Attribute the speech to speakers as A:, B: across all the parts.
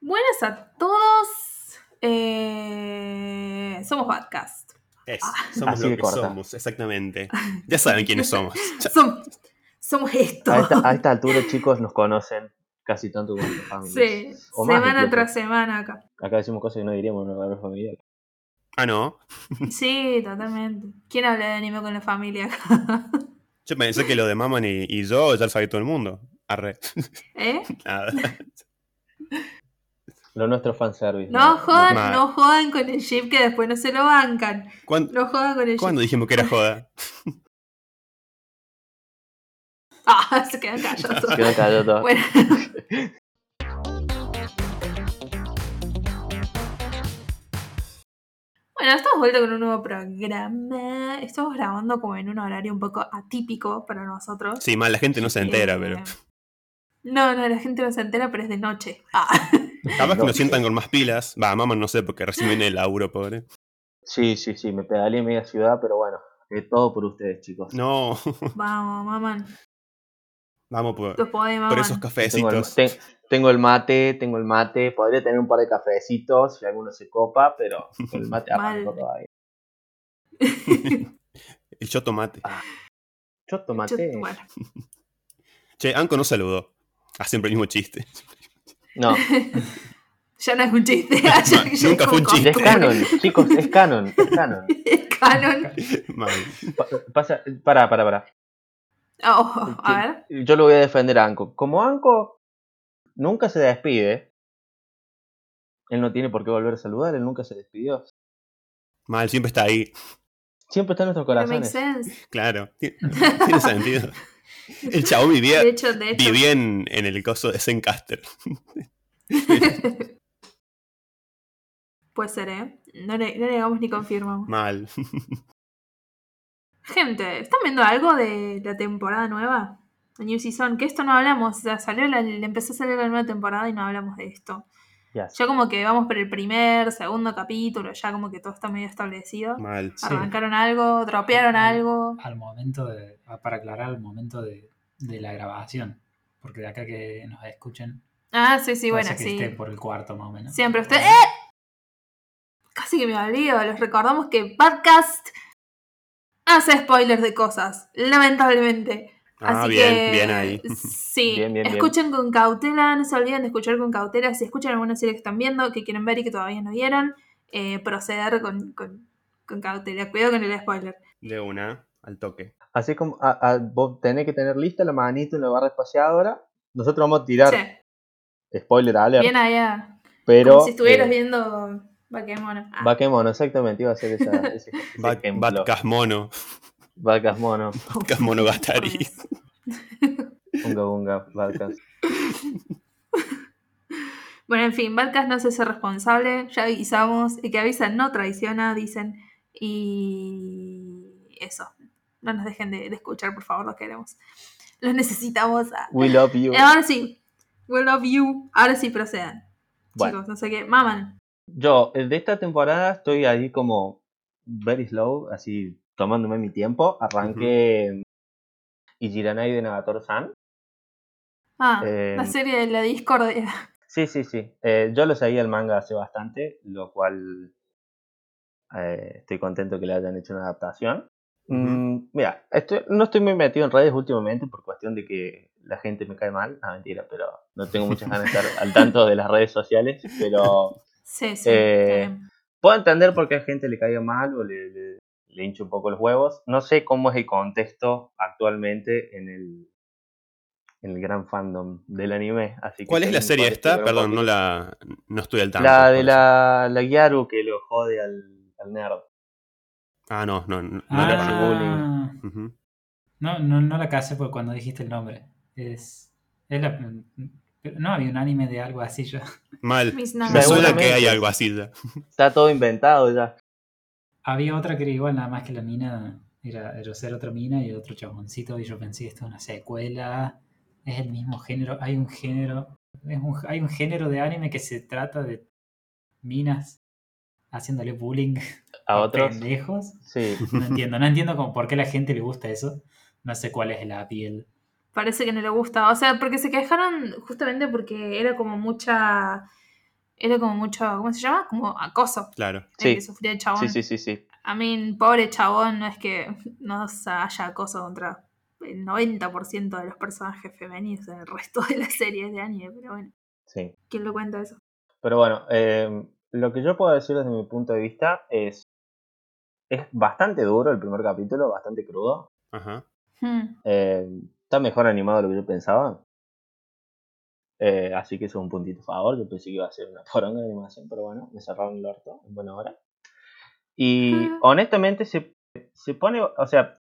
A: Buenas a todos. Eh, somos Badcast.
B: Es, somos
C: Así
B: lo
C: de
B: que
C: corta.
B: somos, exactamente. Ya saben quiénes somos. Ya-
A: Som- somos esto.
C: A esta, a esta altura, chicos, nos conocen casi tanto como los
A: Sí,
C: familiares. O más
A: semana
C: incluso.
A: tras semana acá.
C: Acá decimos cosas que no diríamos en una reunión familiar.
B: Ah, no.
A: Sí, totalmente. ¿Quién habla de anime con la familia acá?
B: Yo pensé que lo de Maman y, y yo ya lo sabía todo el mundo. Arre.
A: ¿Eh?
B: Nada.
C: Lo nuestro fanservice.
A: No jodan,
B: mal.
A: no jodan con el chip que después no se lo bancan.
B: ¿Cuán- ¿Cuándo,
A: No jodan con el chip.
B: dijimos que era joda?
A: Ah, se quedan callados.
C: Quedó callado todo.
A: Bueno. Bueno, estamos vuelta con un nuevo programa. Estamos grabando como en un horario un poco atípico para nosotros.
B: Sí, mal, la gente no se entera,
A: Eh,
B: pero.
A: No, no, la gente no se entera, pero es de noche. Ah.
B: Capaz que
C: No.
B: nos sientan con más pilas. Va, Maman no sé, porque recién viene el laburo, pobre.
C: Sí, sí, sí, me pedalé en media ciudad, pero bueno, es todo por ustedes, chicos.
B: No.
A: Vamos, mamán.
B: Vamos por,
A: Lo podemos,
B: por esos
A: mamán.
C: Tengo el,
B: cafecitos.
C: te- tengo el mate, tengo el mate. Podría tener un par de cafecitos si alguno se copa, pero con el mate
A: Mal.
C: arranco todavía.
B: El choto mate.
C: Yo
A: Yo-
C: tomate.
A: bueno.
B: Che, Anco no saludó. Ah, siempre el mismo chiste.
C: No,
A: Ya no es un chiste. Ya- ya es
B: Nunca fue un
A: como-
B: chiste.
C: es canon, chicos, es canon, es canon.
A: Es canon.
B: Mal.
C: Pa- pasa, pará, pará, pará.
A: Oh, a ver.
C: Yo lo voy a defender a Anko. Como Anko nunca se despide, él no tiene por qué volver a saludar, él nunca se despidió.
B: Mal, siempre está ahí.
C: Siempre está en nuestros
A: It makes
C: corazones.
A: sense.
B: Claro. Tiene, tiene sentido. El chabón vivía,
A: De hecho, de hecho.
B: vivía en, en el coso de Zencaster.
A: Puede ser, ¿eh? No, le- no negamos ni confirmamos.
B: Mal.
A: Gente, ¿están viendo algo de la temporada nueva? The New Season, que esto no hablamos. O sea, salió la, le empezó a salir la nueva temporada y no hablamos de esto.
C: Ya.
A: Ya como que vamos por el primer, segundo capítulo, ya como que todo está medio establecido.
B: Mal.
D: Sí.
A: Arrancaron algo, dropearon
D: Ah.
A: algo.
D: al momento de, ah, para aclarar al momento de, de la grabación, porque de acá que nos escuchen,
A: Ah, sí, sí,
D: puede
A: bueno,
D: ser que este
A: sí.
D: esté por el cuarto más o menos. Ah.
A: Siempre usted. ¡Eh! Casi que me olvido. Les recordamos que Podcast hace spoilers de cosas, lamentablemente.
B: Ah,
A: Así
B: bien,
A: que,
B: bien ahí.
A: Sí,
C: Bien, bien, bien.
A: escuchen con cautela, no se olviden de escuchar con cautela. Si escuchan alguna serie que están viendo, que quieren ver y que todavía no vieron, eh, proceder con, con- con cautela. Cuidado con el spoiler.
B: De una, al toque.
C: Así como a- a- vos tenés que tener lista la manito en la barra espaciadora, nosotros vamos a tirar
A: Sí,
C: spoiler alert,
A: bien allá.
C: pero
A: Como si estuvieras
C: eh,
A: viendo Bakemono. Ah,
C: Bakemono, exactamente, iba a ser esa, ese, ese
B: Bat-
C: ejemplo.
B: Batcas mono.
C: Vacas mono,
B: Batcas mono Gatari.
A: pues.
C: unga unga, vacas.
A: Bueno, en fin, Valkas no se hace responsable, ya avisamos, el que avisa no traiciona, dicen, y eso. No nos dejen de, de escuchar, por favor, los queremos. Los necesitamos. ah.
C: We love you.
A: Eh, Ahora sí, we love you. Ahora sí procedan.
C: Bueno.
A: Chicos, no sé qué, maman.
C: Yo, eh, de esta temporada estoy ahí como very slow, así tomándome mi tiempo. Arranqué eh, Ijiranai de Nagatoro-san.
A: Ah,
C: Eh,
A: la serie de la discordia.
C: Sí, sí, sí. Eh, yo lo seguía el manga hace bastante, lo cual eh, estoy contento que le hayan hecho una adaptación. Mm, mira, estoy- no estoy muy metido en redes últimamente por cuestión de que la gente me cae mal. Ah, mentira, pero no tengo muchas ganas de estar al tanto de las redes sociales, pero...
A: Sí, sí.
C: Eh,
A: está bien.
C: Puedo entender por qué a gente le caiga mal o le, le, le hinche un poco los huevos. No sé cómo es el contexto actualmente en el, en el gran fandom del anime. Así que
B: ¿Cuál es la
C: estoy
B: serie
C: para
B: esta?
C: investigar un
B: Perdón,
C: poquito.
B: no la no estoy al tanto.
C: La de
B: por
C: la, la Gyaru que lo jode al, al nerd.
B: eso. Ah, no, no, no, no la conozco.
D: Ah,
B: Ujú.
D: no, no, no la casé por cuando dijiste el nombre. Es, es la- pero no había un anime de algo así yo.
B: Mal.
A: Miss
B: Me
A: Nagano.
B: suena que
C: Seguramente.
B: hay algo así ya.
C: Está todo inventado ya.
D: Había otra que era igual, nada más que la mina era, era ser otra mina y el otro chaboncito. Y yo pensé, esto es una secuela, es el mismo género. Hay un género, es un- hay un género de anime que se trata de minas haciéndole bullying
C: A otros.
D: pendejos.
C: Sí.
D: No entiendo, no entiendo cómo- por qué a la gente le gusta eso. No sé cuál es la piel.
A: Parece que no le gusta. O sea, porque se quejaron justamente porque era como mucha era como mucho, ¿cómo se llama? Como acoso
B: Claro.
A: el
C: Sí.
A: que sufría el chabón.
C: Sí, sí, sí, sí.
A: A mí, pobre chabón, no es que no haya acoso contra el 90% de los personajes femeninos en el resto de las series de anime, pero bueno,
C: sí.
A: ¿quién lo cuenta eso?
C: Pero bueno, eh, lo que yo puedo decir desde mi punto de vista es. Es bastante duro el primer capítulo, bastante crudo.
B: Ajá.
A: Hmm,
C: Eh, está mejor animado de lo que yo pensaba. Eh, así que eso es un puntito a favor. Yo pensé que iba a ser una poronga de animación, pero bueno, me cerraron el orto en buena hora. Y
A: Ajá.
C: honestamente se, se pone, o sea,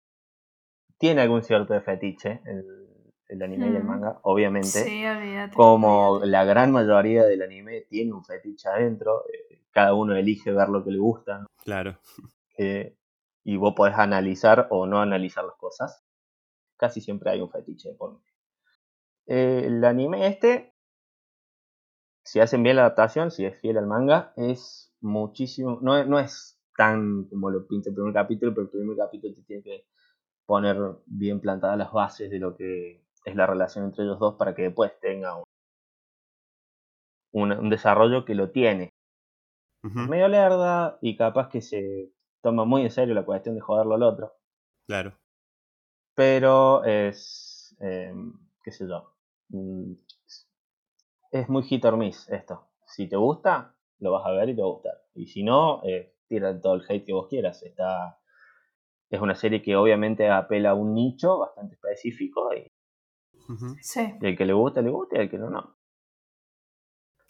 C: tiene algún cierto de fetiche el, el anime y el
A: Mm.
C: manga, obviamente
A: Sí, olvídate.
C: como
A: olvídate.
C: la gran mayoría del anime tiene un fetiche adentro, eh, cada uno elige ver lo que le gusta ¿no?
B: Claro.
C: Eh, y vos podés analizar o no analizar las cosas. Casi siempre hay un fetiche de por medio. Eh, el anime este, si hacen bien la adaptación, si es fiel al manga, es muchísimo, no, no es tan como lo pinta el primer capítulo, pero el primer capítulo te tiene que poner bien plantadas las bases de lo que es la relación entre ellos dos para que después tenga un- un- un desarrollo que lo tiene
B: Ujú,
C: es medio lerda y capaz que se toma muy en serio la cuestión de joderlo al otro.
B: Claro.
C: Pero es, eh, qué sé yo, mm, es muy hit or miss esto. Si te gusta, lo vas a ver y te va a gustar. Y si no, eh, tira todo el hate que vos quieras. Está, es una serie que obviamente apela a un nicho bastante específico y,
B: Ujú,
A: Sí.
C: y el que le gusta, le gusta y el que no, no.
B: claro.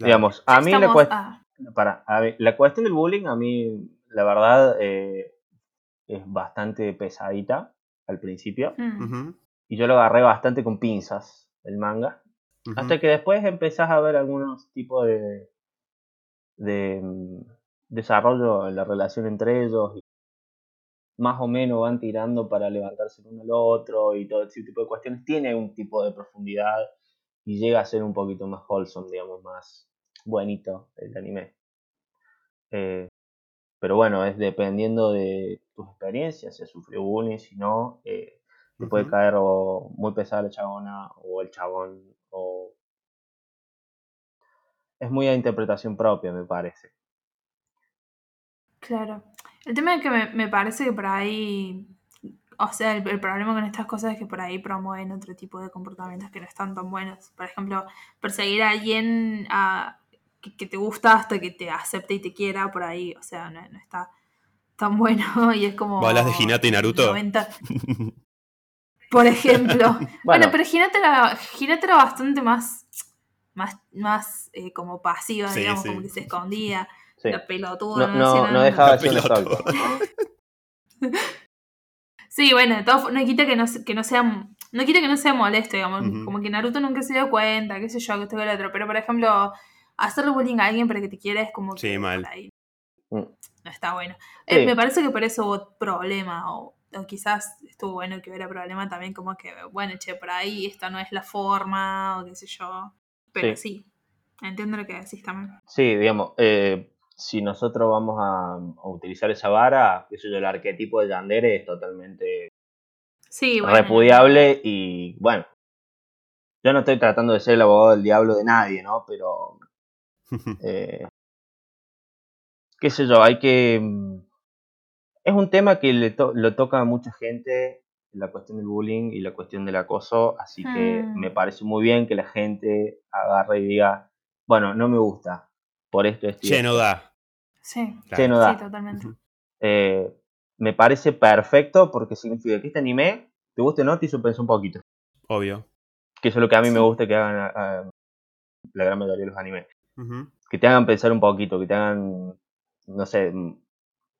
C: Digamos, a mí la
A: Estamos-
C: cuestión...
A: ah,
C: para a ver, la cuestión del bullying a mí la verdad eh, es bastante pesadita al principio
A: hmm,
B: Ujú,
C: y yo lo agarré bastante con pinzas el manga
B: ujú.
C: hasta que después empezás a ver algunos tipos de de mm, desarrollo en la relación entre ellos y más o menos van tirando para levantarse el uno al otro y todo ese tipo de cuestiones tiene un tipo de profundidad y llega a ser un poquito más wholesome digamos más bonito el anime Eh, pero bueno es dependiendo de tus experiencias si has sufrido bullying si no eh, te puede
B: Ujú.
C: caer o muy pesada la chabona o el chabón o es muy a interpretación propia me parece
A: Claro. El tema es que me, me parece que por ahí. O sea, el, el problema con estas cosas es que por ahí promueven otro tipo de comportamientos que no están tan buenos. Por ejemplo, perseguir a alguien a- que, que te gusta hasta que te acepte y te quiera por ahí. O sea, no, no está tan bueno y es como.
B: ¿Vos hablas de Hinata y Naruto?
A: 90. Por ejemplo. bueno,
C: Bueno.
A: pero Hinata era, Hinata era bastante más. Más, más eh, como pasiva,
B: Sí,
A: digamos,
B: sí.
A: como que se escondía,
C: Sí.
A: la pelotuda.
C: no,
A: hacía
C: no,
A: nada
C: no
A: nunca.
C: dejaba de
B: La
C: ser un
B: pelota.
C: stalker
A: Sí, bueno, de todas fo- no quita que no, se- que no sea no quita que no sea molesto, digamos,
B: Ujú.
A: como que Naruto nunca se dio cuenta, qué sé yo, que esto que lo otro, pero por ejemplo, hacerle bullying a alguien para que te quiera es como que
B: Sí, mal.
A: por ahí
C: Mm.
A: no está bueno.
C: Sí.
A: Eh, me parece que por eso hubo problema o, o quizás estuvo bueno que hubiera problema también como que bueno, che, por ahí esta no es la forma o qué sé yo, pero sí, entiendo lo que decís también.
C: sí digamos eh, si nosotros vamos a, a utilizar esa vara eso yo el arquetipo de Yandere es totalmente
A: Sí, bueno.
C: repudiable y bueno yo no estoy tratando de ser el abogado del diablo de nadie no pero Eh, qué sé yo, hay que... mm, Es un tema que le to- lo toca a mucha gente, la cuestión del bullying y la cuestión del acoso, así que
A: Hmm.
C: me parece muy bien que la gente agarre y diga, bueno, no me gusta, por esto, esto y
B: Che,
C: esto".
B: no da.
A: Sí,
C: Che, no
B: Claro.
C: da.
A: sí, totalmente.
B: Ujú.
C: Eh, me parece perfecto porque significa que este anime, te guste o no, te hizo pensar un poquito.
B: Obvio.
C: Que eso es lo que a mí me
A: Sí.
C: gusta que hagan ah, la gran mayoría de los animes.
B: Ujú.
C: que te hagan pensar un poquito, que te hagan, no sé, mm,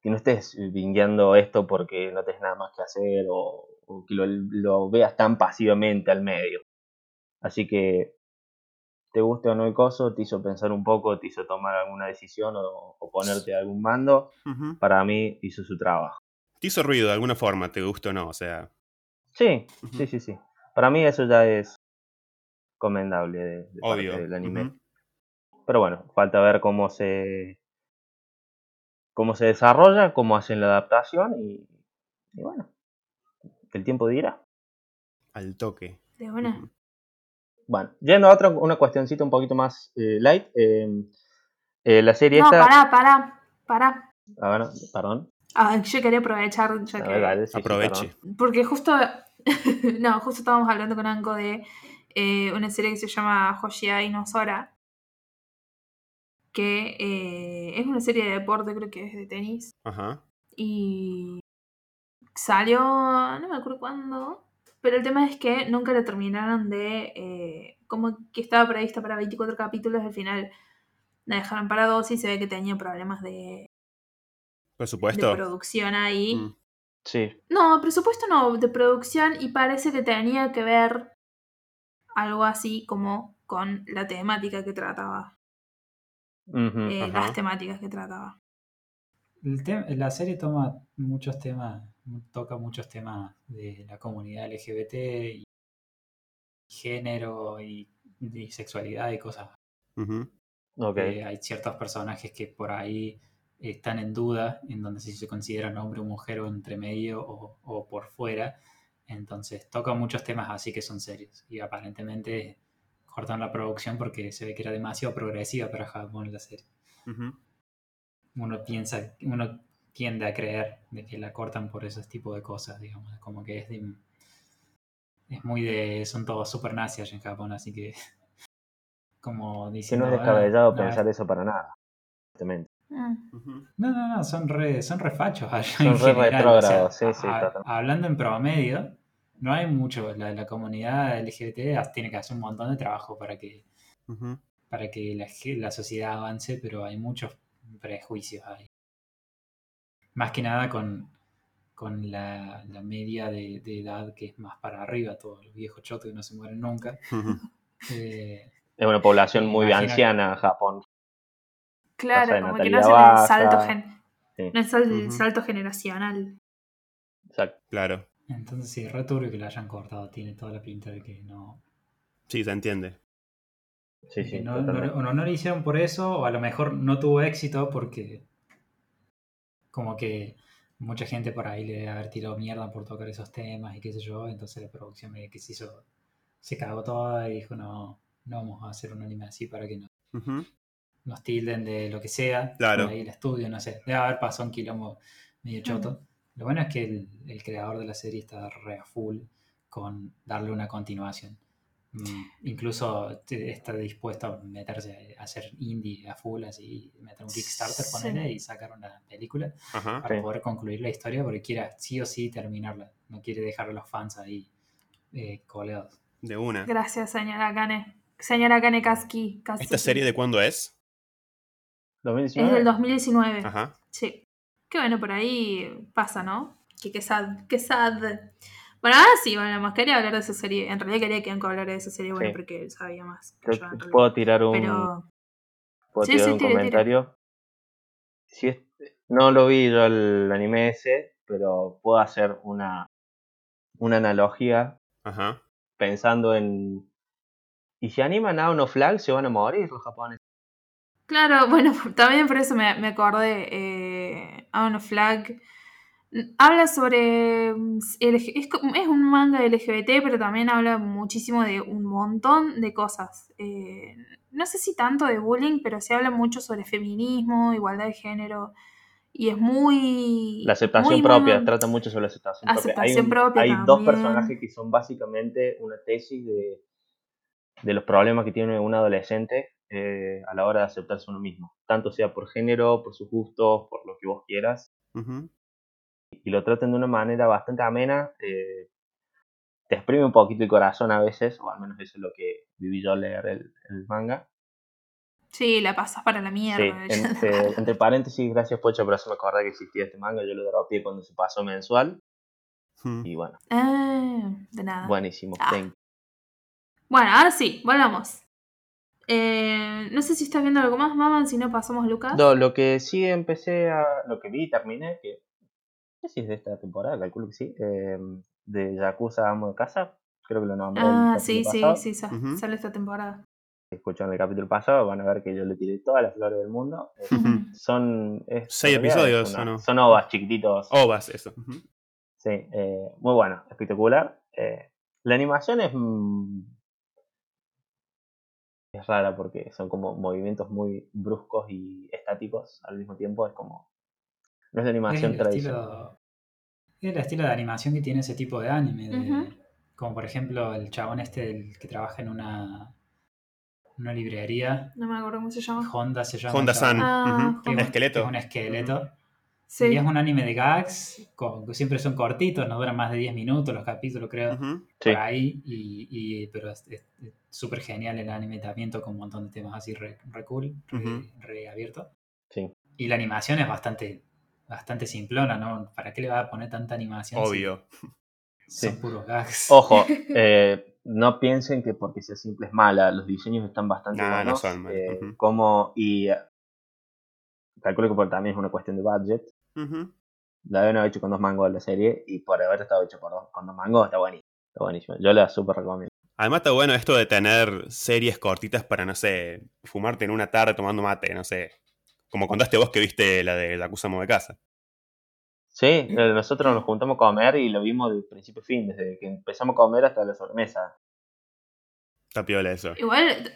C: que no estés vingueando esto porque no tenés nada más que hacer o, o que lo, lo veas tan pasivamente al medio. Así que, te guste o no el coso, te hizo pensar un poco, te hizo tomar alguna decisión o, o ponerte algún mando,
B: Ujú.
C: para mí hizo su trabajo.
B: Te hizo ruido de alguna forma, te gustó o no, o sea.
C: Sí,
B: Ujú.
C: sí, sí, sí. Para mí eso ya es comendable de, de parte
B: Obvio.
C: del anime.
B: Ujú.
C: Pero bueno, falta ver cómo se cómo se desarrolla, cómo hacen la adaptación y, y bueno, el tiempo dirá.
B: Al toque.
A: De una.
B: Ujú.
C: Bueno, yendo a otra, una cuestioncita un poquito más eh, light, eh, Eh, la serie
A: No,
C: esta.
A: pará, pará, pará.
C: Ah, bueno, perdón.
A: Ah, yo quería aprovechar, ya
C: A
A: que-
C: ver, dale, sí, sí,
B: Aproveche.
C: perdón.
A: Porque justo. no, justo estábamos hablando con Anko de eh, una serie que se llama Hoshiai no Sora. Que eh, es una serie de deporte, creo que es de tenis.
B: Ajá.
A: Y salió, no me acuerdo cuándo, pero el tema es que nunca la terminaron de, eh, como que estaba prevista para 24 capítulos, al final la dejaron para 12 y se ve que tenía problemas de,
B: Por
A: de
B: supuesto.
A: producción ahí.
B: Mm.
C: Sí,
A: No, presupuesto no, de producción y parece que tenía que ver algo así como con la temática que trataba,
C: ujú,
A: eh,
B: ajá.
A: las temáticas que trataba.
D: El tem- la serie toma muchos temas, toca muchos temas de la comunidad LGBT y género y, y sexualidad y cosas.
B: Ujú.
C: ok.
D: Eh, hay ciertos personajes que por ahí están en duda en donde si se consideran hombre o mujer o entre medio o, o por fuera. Entonces toca muchos temas así que son serios. Y aparentemente cortan la producción porque se ve que era demasiado progresiva para Japón la serie
B: Ujú.
D: uno piensa, uno tiende a creer de que la cortan por esos tipos de cosas, digamos, como que es de, es muy de, son todos super nazis allá en Japón, así que como
C: Que
D: diciendo
C: no es
D: "Ah,
C: descabellado
D: no,
C: pensar eso para nada. Exactamente.
A: Mm.
B: Ujú.
D: no, no, no, son re, son refachos allá
C: Son
D: en
C: re
D: general,
C: retrógrados,
D: o sea,
C: sí, sí,
D: a-
C: totalmente.
D: hablando en promedio, no hay mucho, la, la comunidad LGBT ha- tiene que hacer un montón de trabajo para que,
B: Ujú.
D: para que la, ge- la sociedad avance, pero hay muchos prejuicios ahí. Más que nada con, con la, la media de, de edad que es más para arriba, todos los viejos chotos que no se mueren nunca.
B: Ujú.
D: Eh,
C: Es una población
D: Me
C: muy
D: imagino-
C: anciana, Japón. Tasa de
A: Claro, como que no hacen
C: natalidad
A: el salto,
C: baja.
A: gen-
C: Sí,
A: no es el
B: Ujú.
A: salto generacional.
C: exacto.
B: Claro.
D: entonces sí, re turbio que la hayan cortado, tiene toda la pinta de que no.
B: Sí, se entiende.
C: Sí,
D: de que
C: sí,
D: no, no,
C: totalmente.
D: o no, no lo hicieron por eso, o a lo mejor no tuvo éxito porque como que mucha gente por ahí le debe haber tirado mierda por tocar esos temas y qué sé yo, entonces la producción medio que se hizo, se cagó toda y dijo no, no vamos a hacer un anime así para que no.
B: Ujú.
D: nos tilden de lo que sea,
B: Claro.
D: por ahí el estudio, no sé, debe haber pasado un quilombo medio choto. Lo bueno es que el, el creador de la serie está re a full con darle una continuación. Mm, incluso te- está dispuesto a meterse a hacer indie a full, así, meter un Kickstarter,
A: Sí.
D: ponerle y sacar una película
B: Ajá.
D: para
C: Sí.
D: poder concluir la historia porque quiere sí o sí terminarla. No quiere dejar a los fans ahí eh, coleados.
B: De una.
A: Gracias, señora Kane. Señora Kane Kaski. Kazuki.
B: ¿Esta serie de cuándo es?
C: 2019.
A: Es del 2019.
B: Ajá.
A: Sí. Qué bueno, por ahí pasa, ¿no? Que qué sad, qué sad. Bueno, ahora sí, hablamos. Quería hablar de esa serie. En realidad quería que Anko hablara de esa serie, bueno,
C: Sí.
A: porque él sabía más que
C: Yo
A: yo, en realidad.
C: puedo tirar un,
A: Pero
C: puedo
A: Sí,
C: tirar
A: sí,
C: un
A: tire, tire.
C: comentario. Si es- no lo vi yo el anime ese, pero puedo hacer una, una analogía
B: Ajá.
C: pensando en. Y si animan a uno flag, se van a morir los japoneses.
A: Claro, bueno, también por eso me, me acordé. Eh, Out of Flag mm, habla sobre. mm, LG Es, co- es un manga LGBT, pero también habla muchísimo de un montón de cosas. Eh, no sé si tanto de bullying, pero se habla mucho sobre feminismo, igualdad de género. Y es muy.
C: La aceptación
A: muy, muy,
C: propia,
A: muy-
C: trata mucho sobre la aceptación,
A: Aceptación
C: propia.
A: propia
C: Hay, un- hay dos
A: también.
C: personajes que son básicamente una tesis de, de los problemas que tiene un adolescente eh, a la hora de aceptarse uno mismo. Tanto sea por género, por sus gustos, por lo que vos quieras.
B: Ujú.
C: y lo tratan de una manera bastante amena, eh, te exprime un poquito el corazón a veces, o al menos eso es lo que viví yo al leer el, el manga.
A: Sí, la pasas para la
C: Sí,
A: mierda.
C: en- eh, entre paréntesis, gracias Pocho por hacerme acordar que existía este manga, yo lo dropeé cuando se pasó mensual,
B: Ujú.
C: y bueno,
A: Ah, de nada.
C: buenísimo,
A: Ah.
C: thank you.
A: Bueno, ahora sí, volvamos. Eh, no sé si estás viendo algo más, Maman, si no pasamos Lucas.
C: No, lo que sí empecé a, lo que vi y terminé, que no sé si es de esta temporada, calculo que sí, eh, de Yakuza Amo de Casa, creo que lo nombré
A: ah,
C: el
A: sí,
C: capítulo
A: sí,
C: pasado.
A: sí, sa-
B: Ujú.
A: sale esta temporada.
C: Si escucharon el capítulo pasado, van a ver que yo le tiré todas las flores del mundo. eh, son es-
B: Seis
C: en realidad
B: episodios,
C: es
B: ¿o no? Oh.
C: son ovas chiquititos
B: Ovas, eso. Ujú.
C: sí eh, muy bueno espectacular Eh, la animación es mm, es rara porque son como movimientos muy bruscos y estáticos al mismo tiempo. Es como. No es de
D: Es
C: animación
D: el,
C: tradicional.
D: Eh, estilo, es el estilo de animación que tiene ese tipo de anime. de-
A: Ujú.
D: Como por ejemplo el chabón este del que trabaja en una, una librería.
A: No me acuerdo cómo se llama.
D: Honda se llama. el
B: Honda-san.
D: chabón,
A: Ah,
B: ujú.
D: que es un- que
B: Esqueleto.
D: Es un esqueleto.
A: Sí.
D: Y es un anime de gags. con- que siempre son cortitos, no duran más de 10 minutos los capítulos, creo.
B: Ujú.
C: Sí.
D: Por ahí. Y, y- pero es es- es súper genial el anime también. Toca un montón de temas así re, re cool, re,
B: Ujú.
D: re abierto.
C: Sí.
D: Y la animación es bastante, bastante simplona, ¿no? ¿Para qué le va a poner tanta animación? si
B: Obvio.
D: Son
C: Sí.
D: puros gags.
C: Ojo, eh, no piensen que porque sea simple es mala. Los diseños están bastante
B: No, no
C: buenos.
B: son malos,
C: eh,
B: ujú.
C: como, y eh, calculo que por- también es una cuestión de budget.
B: Ujú.
C: La deben haber hecho con dos mangos la serie y por haber estado hecho por dos- con dos mangos está buenísimo. Está buenísimo. Yo la super recomiendo.
B: Además está bueno esto de tener series cortitas para, no sé, fumarte en una tarde tomando mate, no sé. Como contaste vos que viste la de Yakuza Mobecasa.
C: Sí, eh, nosotros nos juntamos a comer y lo vimos de principio a fin, desde que empezamos a comer hasta la sobremesa.
B: Está piola eso.
A: Igual t-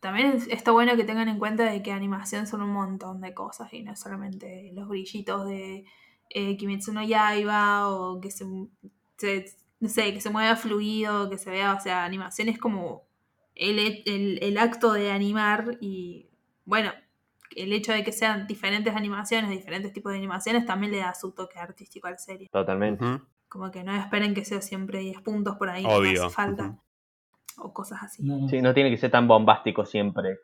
A: también es- está bueno que tengan en cuenta de que animación son un montón de cosas y no es solamente los brillitos de eh, Kimetsu no Yaiba o que se, se- no sé, que se mueva fluido, que se vea, o sea, animación es como el, he- el- el acto de animar y bueno, el hecho de que sean diferentes animaciones, diferentes tipos de animaciones también le da su toque artístico a la serie.
C: Totalmente.
B: Ujú.
A: Como que no esperen que sea siempre 10 puntos por ahí, que no
B: Obvio,
A: hace falta
B: ujú.
A: o cosas así.
D: No, no.
C: Sí, no tiene que ser tan bombástico siempre.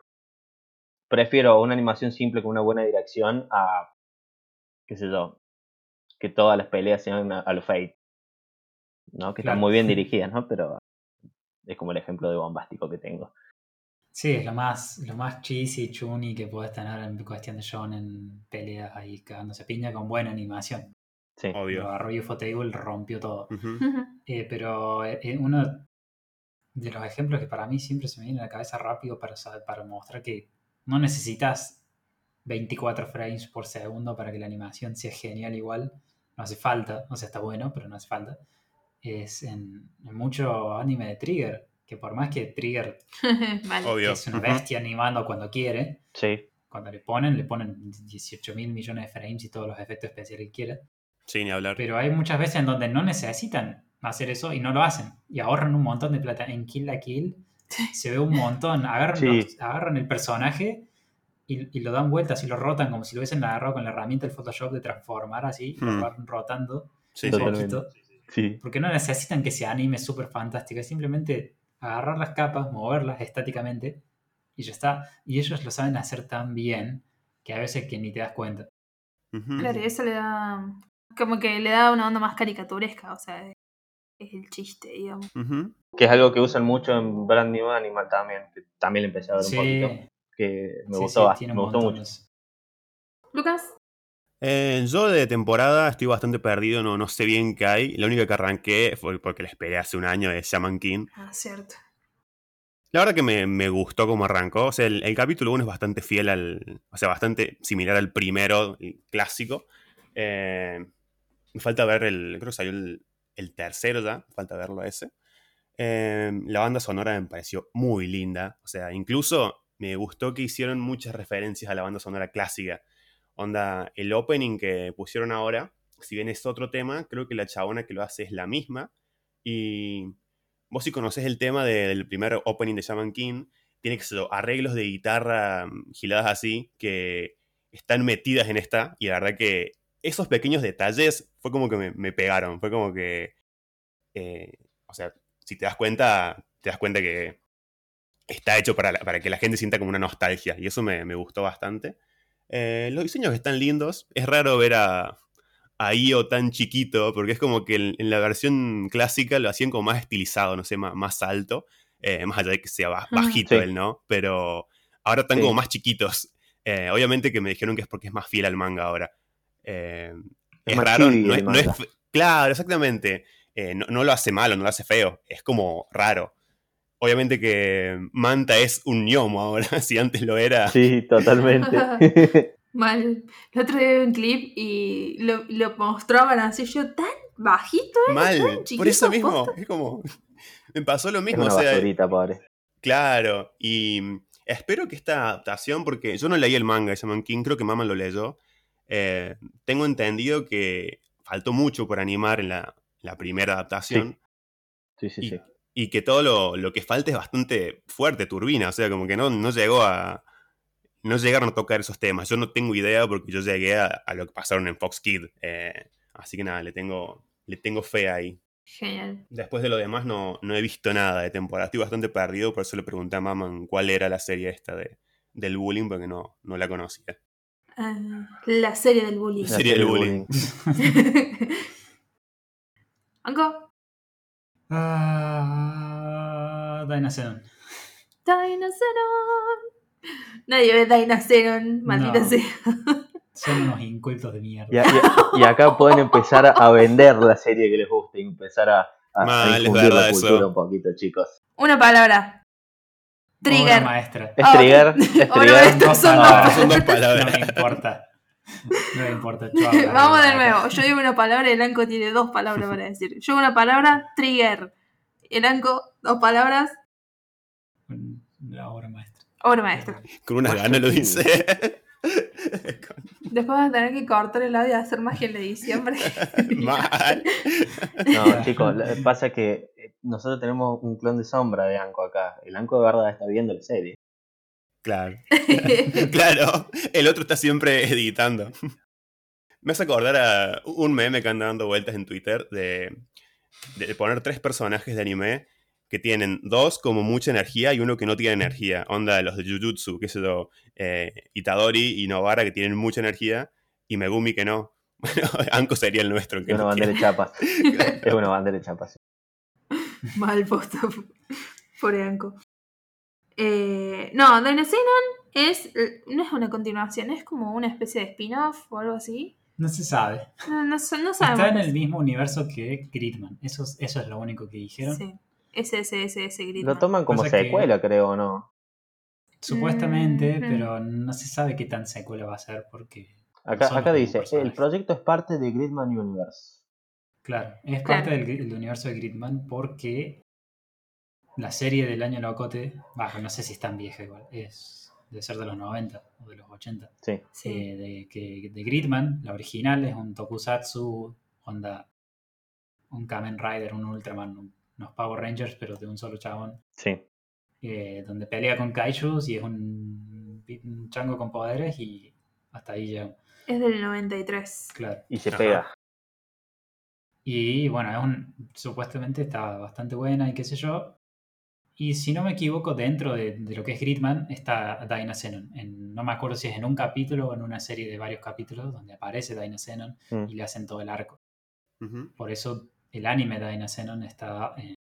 C: Prefiero una animación simple con una buena dirección a, qué sé yo, que todas las peleas sean a, a lo Fate. ¿No? Que
D: Claro.
C: están muy bien dirigidas, ¿no? Pero es como el ejemplo de bombástico que tengo.
D: Sí, es lo más, lo más cheesy, chuni que puedes tener en cuestión de shonen, peleas ahí cagándose a piña con buena animación.
C: Sí.
D: Lo
B: Obvio.
D: agarró Ufotable, rompió todo.
B: Ujú.
A: Ujú.
D: Eh, pero eh, uno de los ejemplos que para mí siempre se me viene a la cabeza rápido para, sa- para mostrar que no necesitas 24 frames por segundo para que la animación sea genial igual. No hace falta, o sea, está bueno, pero no hace falta. Es en, en mucho anime de Trigger, que por más que Trigger
A: Mal.
B: Obvio.
D: es una
B: Ujú.
D: bestia animando cuando quiere,
C: Sí.
D: cuando le ponen, le ponen 18 mil millones de frames y todos los efectos especiales que quiera.
B: Sí, ni hablar.
D: Pero hay muchas veces en donde no necesitan hacer eso y no lo hacen. Y ahorran un montón de plata. En Kill la Kill se ve un montón. Agarran,
C: Sí.
D: los- agarran el personaje y, y lo dan vueltas y lo rotan como si lo hubiesen agarrado con la herramienta del Photoshop de transformar así. y Lo
B: Hmm.
D: van rotando
B: Sí,
D: un
B: sí.
C: Mm. Totalmente.
D: poquito.
C: Sí.
D: Porque no necesitan que sea anime súper fantástico. Es simplemente agarrar las capas, moverlas estáticamente y ya está. Y ellos lo saben hacer tan bien que a veces que ni te das cuenta.
B: Ujú.
A: Claro, y eso le da. Como que le da una onda más caricaturesca, o sea, es, es el chiste, digamos.
B: Ujú.
C: Que es algo que usan mucho en Brand New Animal también. Que también le empecé a ver
D: Sí,
C: un poquito. Que me
D: sí,
C: gustó,
D: sí,
C: bast-
D: tiene
C: me
D: un
C: gustó
D: montón.
C: mucho.
D: eso.
A: Lucas,
B: Eh, yo de temporada estoy bastante perdido, no, no sé bien qué hay. La única que arranqué fue porque la esperé hace un año es Shaman King.
A: ah, cierto.
B: La verdad que me, me gustó cómo arrancó. O sea, el, el capítulo 1 es bastante fiel al. O sea, bastante similar al primero el clásico. Eh, me falta ver el. Creo que salió el, el tercero ya. me Falta verlo a ese. Eh, la banda sonora me pareció muy linda. O sea, incluso me gustó que hicieron muchas referencias a la banda sonora clásica. Onda, el opening que pusieron ahora, si bien es otro tema, creo que la chabona que lo hace es la misma. Y vos si conocés el tema de- del primer opening de Shaman King, tiene que ser arreglos de guitarra mm, giladas así, que están metidas en esta. Y la verdad que esos pequeños detalles fue como que me, me pegaron. Fue como que, eh, o sea, si te das cuenta, te das cuenta que está hecho para, la- para que la gente sienta como una nostalgia. Y eso me, me gustó bastante. Eh, los diseños están lindos. Es raro ver a, a Io tan chiquito, porque es como que en, en la versión clásica lo hacían como más estilizado, no sé, má- más, alto. eh, más allá de que sea ba-
A: Ujú.
B: bajito
C: Sí.
B: él, ¿no? Pero ahora están
C: Sí.
B: como más chiquitos. Eh, obviamente que me dijeron que es porque es más fiel al manga ahora. Eh,
C: Es
B: es
C: más
B: raro,
C: chibi
B: no
C: el
B: es, no es
C: manga.
B: fe- Claro, exactamente. Eh, no, no lo hace malo, no lo hace feo. Es como raro. Obviamente que Manta es un gnomo ahora, si antes lo era.
C: Sí, totalmente.
A: Mal. El otro día vi un clip y lo, lo mostraban así, yo tan bajito.
B: Mal.
A: Ah, chiquito,
B: Por eso mismo.
A: posta.
B: Es como. Me pasó lo
C: es
B: mismo.
C: una
B: o sea,
C: basurita, pobre.
B: Claro, y mm, espero que esta adaptación, porque yo no leí el manga de Shaman King, creo que mamá lo leyó. eh, tengo entendido que faltó mucho por animar en la, la primera adaptación
C: Sí, sí,
B: Y-
C: sí.
B: y que todo lo, lo que falta es bastante fuerte, turbina, o sea, como que no, no llegó a... No llegaron a tocar esos temas. Yo no tengo idea porque yo llegué a, a lo que pasaron en Fox Kid. eh, así que nada, le tengo, le tengo fe ahí.
A: Genial.
B: Después de lo demás no, no he visto nada de temporada. Estoy bastante perdido, por eso le pregunté a Maman cuál era la serie esta de, del bullying, porque no, no la conocía.
A: Ah, la serie del bullying.
B: La serie del bullying.
A: Anko.
D: Ah, Dinosaur.
A: Dinoceron. Nadie ve Dinoceron, maldita
D: No.
A: sea.
D: Son unos incultos de mierda.
C: Y, a- y a- y acá pueden empezar a- a vender la serie que les guste y empezar a, a,
B: Mal,
C: a
B: es
C: infundir la
B: verdad eso.
C: cultura un poquito, chicos.
A: Una palabra.
D: Obra
A: Trigger.
D: maestra.
C: Es
A: Ah,
C: trigger, es
A: ahora
C: trigger.
A: Estas son
D: No,
A: dos
B: Son dos palabras.
D: No me importa. No me importa. chau,
A: Vamos de
D: acá.
A: nuevo. Yo digo una palabra y el Anko tiene dos palabras para decir. Yo una palabra, trigger. El Anko, dos palabras,
D: La obra maestra.
A: obra maestra.
B: Con unas ganas lo dice.
A: Después vas a tener que cortar el audio y hacer magia en la edición. para que-
B: Mal.
C: No, chicos, lo- pasa que eh, nosotros tenemos un clon de sombra de Anko acá. El Anko de verdad está viendo la serie.
B: Claro. Claro, el otro está siempre editando. Me hace acordar a un meme que anda dando vueltas en Twitter de, de poner tres personajes de anime que tienen dos como mucha energía y uno que no tiene energía. Onda, los de Jujutsu, qué sé yo, eh, Itadori y Novara que tienen mucha energía y Megumi que no. Bueno, Anko sería el nuestro. el
C: Es
B: Que
C: una
B: no
C: bandera
B: tiene.
C: de chapas. Es una bandera de chapas.
A: Mal posta. Pobre Anko. Eh, no, Dinocenon es, no es una continuación, es como una especie de spin-off o algo así.
D: No se sabe.
A: No, no, sa- no
D: Está en
A: sabemos.
D: el mismo universo que Gridman. Eso, es- eso es lo único que dijeron.
A: Sí. Ese, ese, ese, ese grito.
C: Lo toman como
D: Cosa que-
C: secuela, creo, ¿no?
D: Supuestamente,
A: Ujú.
D: pero no se sabe qué tan secuela va a ser porque,
C: Acá,
D: Son los
C: acá
D: mismos
C: dice, el
D: personajes.
C: proyecto es parte de Gridman Universe.
D: claro, es
A: Claro.
D: parte del, del universo de Gridman porque la serie del año locote, bajo, no sé si es tan vieja igual, es de ser de los 90 o de los 80.
C: Sí.
A: Sí.
D: eh, de, que, de Gridman, la original, es un tokusatsu, onda, un Kamen Rider, un Ultraman, un- unos Power Rangers, pero de un solo chabón,
C: Sí.
D: eh, donde pelea con kaijus y es un, un chango con poderes y hasta ahí llega,
A: Es del 93.
D: claro.
C: Y se
B: Ajá.
C: pega.
D: Y bueno, es un, supuestamente está bastante buena y qué sé yo. Y si no me equivoco, dentro de, de lo que es Gridman está Dinah Zenon. En- no me acuerdo si es en un capítulo o en una serie de varios capítulos donde aparece Dinah Zenon
C: Mm.
D: y le hacen todo el arco.
B: Ujú.
D: Por eso el anime de Dinah Zenon está eh,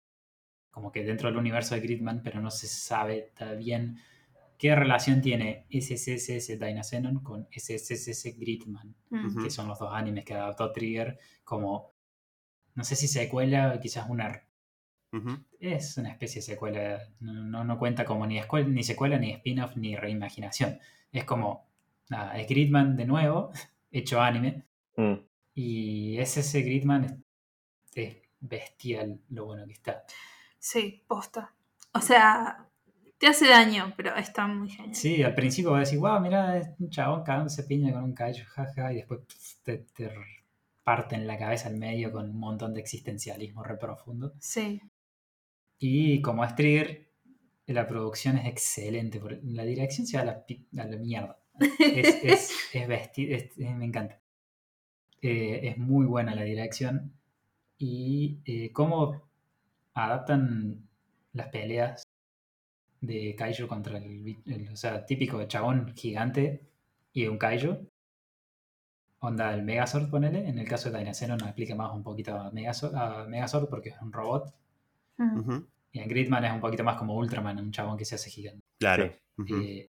D: como que dentro del universo de Gridman, pero no se sabe tan bien qué relación tiene SSS Dinah Zenon con SSS Gridman
A: Mm.
B: Ujú.
D: que son los dos animes que adaptó Trigger como no sé si secuela quizás una
B: Ujú.
D: es una especie de secuela no, no, no cuenta como ni escuela, ni secuela ni spin-off ni reimaginación es como nada es Gridman de nuevo hecho anime
C: Mm.
D: y es ese Gridman es, es bestial lo bueno que está
A: Sí, posta. O sea, te hace daño, pero está muy genial.
D: sí al principio vas a decir wow mira es un chabón cagándose piña con un cacho jaja y después pf, te, te parten la cabeza al medio con un montón de existencialismo re profundo
A: Sí.
D: Y como es Trigger, la producción es excelente. por- La dirección se va a la, pi- a la mierda. Es, es, es besti- es- eh, me encanta. Eh, es muy buena la dirección. Y eh, cómo adaptan las peleas de Kaiju contra el, bi- el- O sea, típico chabón gigante y un Kaiju. Onda el Megazord, ponele. En el caso de Dynaceno nos explica más un poquito a Megazord, a Megazord porque es un robot.
A: Mm.
B: Ujú.
D: Y en Gridman es un poquito más como Ultraman, un chabón que se hace gigante.
B: Claro.
C: Sí.
B: Ujú.
D: Eh,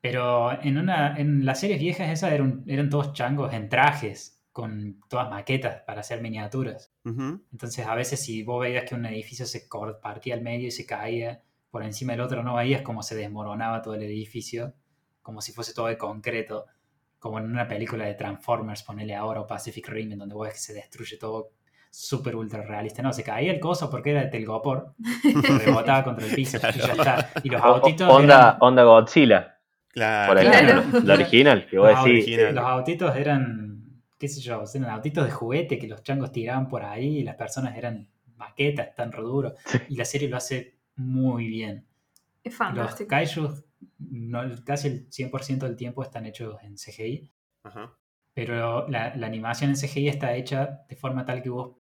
D: pero en una en las series viejas esas eran, eran todos changos en trajes, con todas maquetas para hacer miniaturas.
B: Ujú.
D: Entonces a veces si vos veías que un edificio se cor- partía al medio y se caía por encima del otro, no veías cómo se desmoronaba todo el edificio, como si fuese todo de concreto, como en una película de Transformers, ponele ahora, o Pacific Rim, en donde vos ves que se destruye todo súper ultra realista. No, se caía el coso porque era de telgopor. rebotaba contra el piso y ya está. Y los
C: mm. Ah, O- o-
D: autitos.
C: onda,
D: eran-
C: onda Godzilla,
B: Claro.
C: por
A: Claro.
C: ejemplo. La original, que vos
D: los,
C: decís.
B: original.
D: autitos, los autitos eran, qué sé yo, eran autitos de juguete que los changos tiraban por ahí y las personas eran maquetas, tan re duros.
C: Sí.
D: Y la serie lo hace muy bien.
A: Es
D: Los
A: Ah, fantástico.
D: kaijus no, casi el 100% del tiempo están hechos en CGI.
B: Ajá.
D: Pero la, la animación en CGI está hecha de forma tal que vos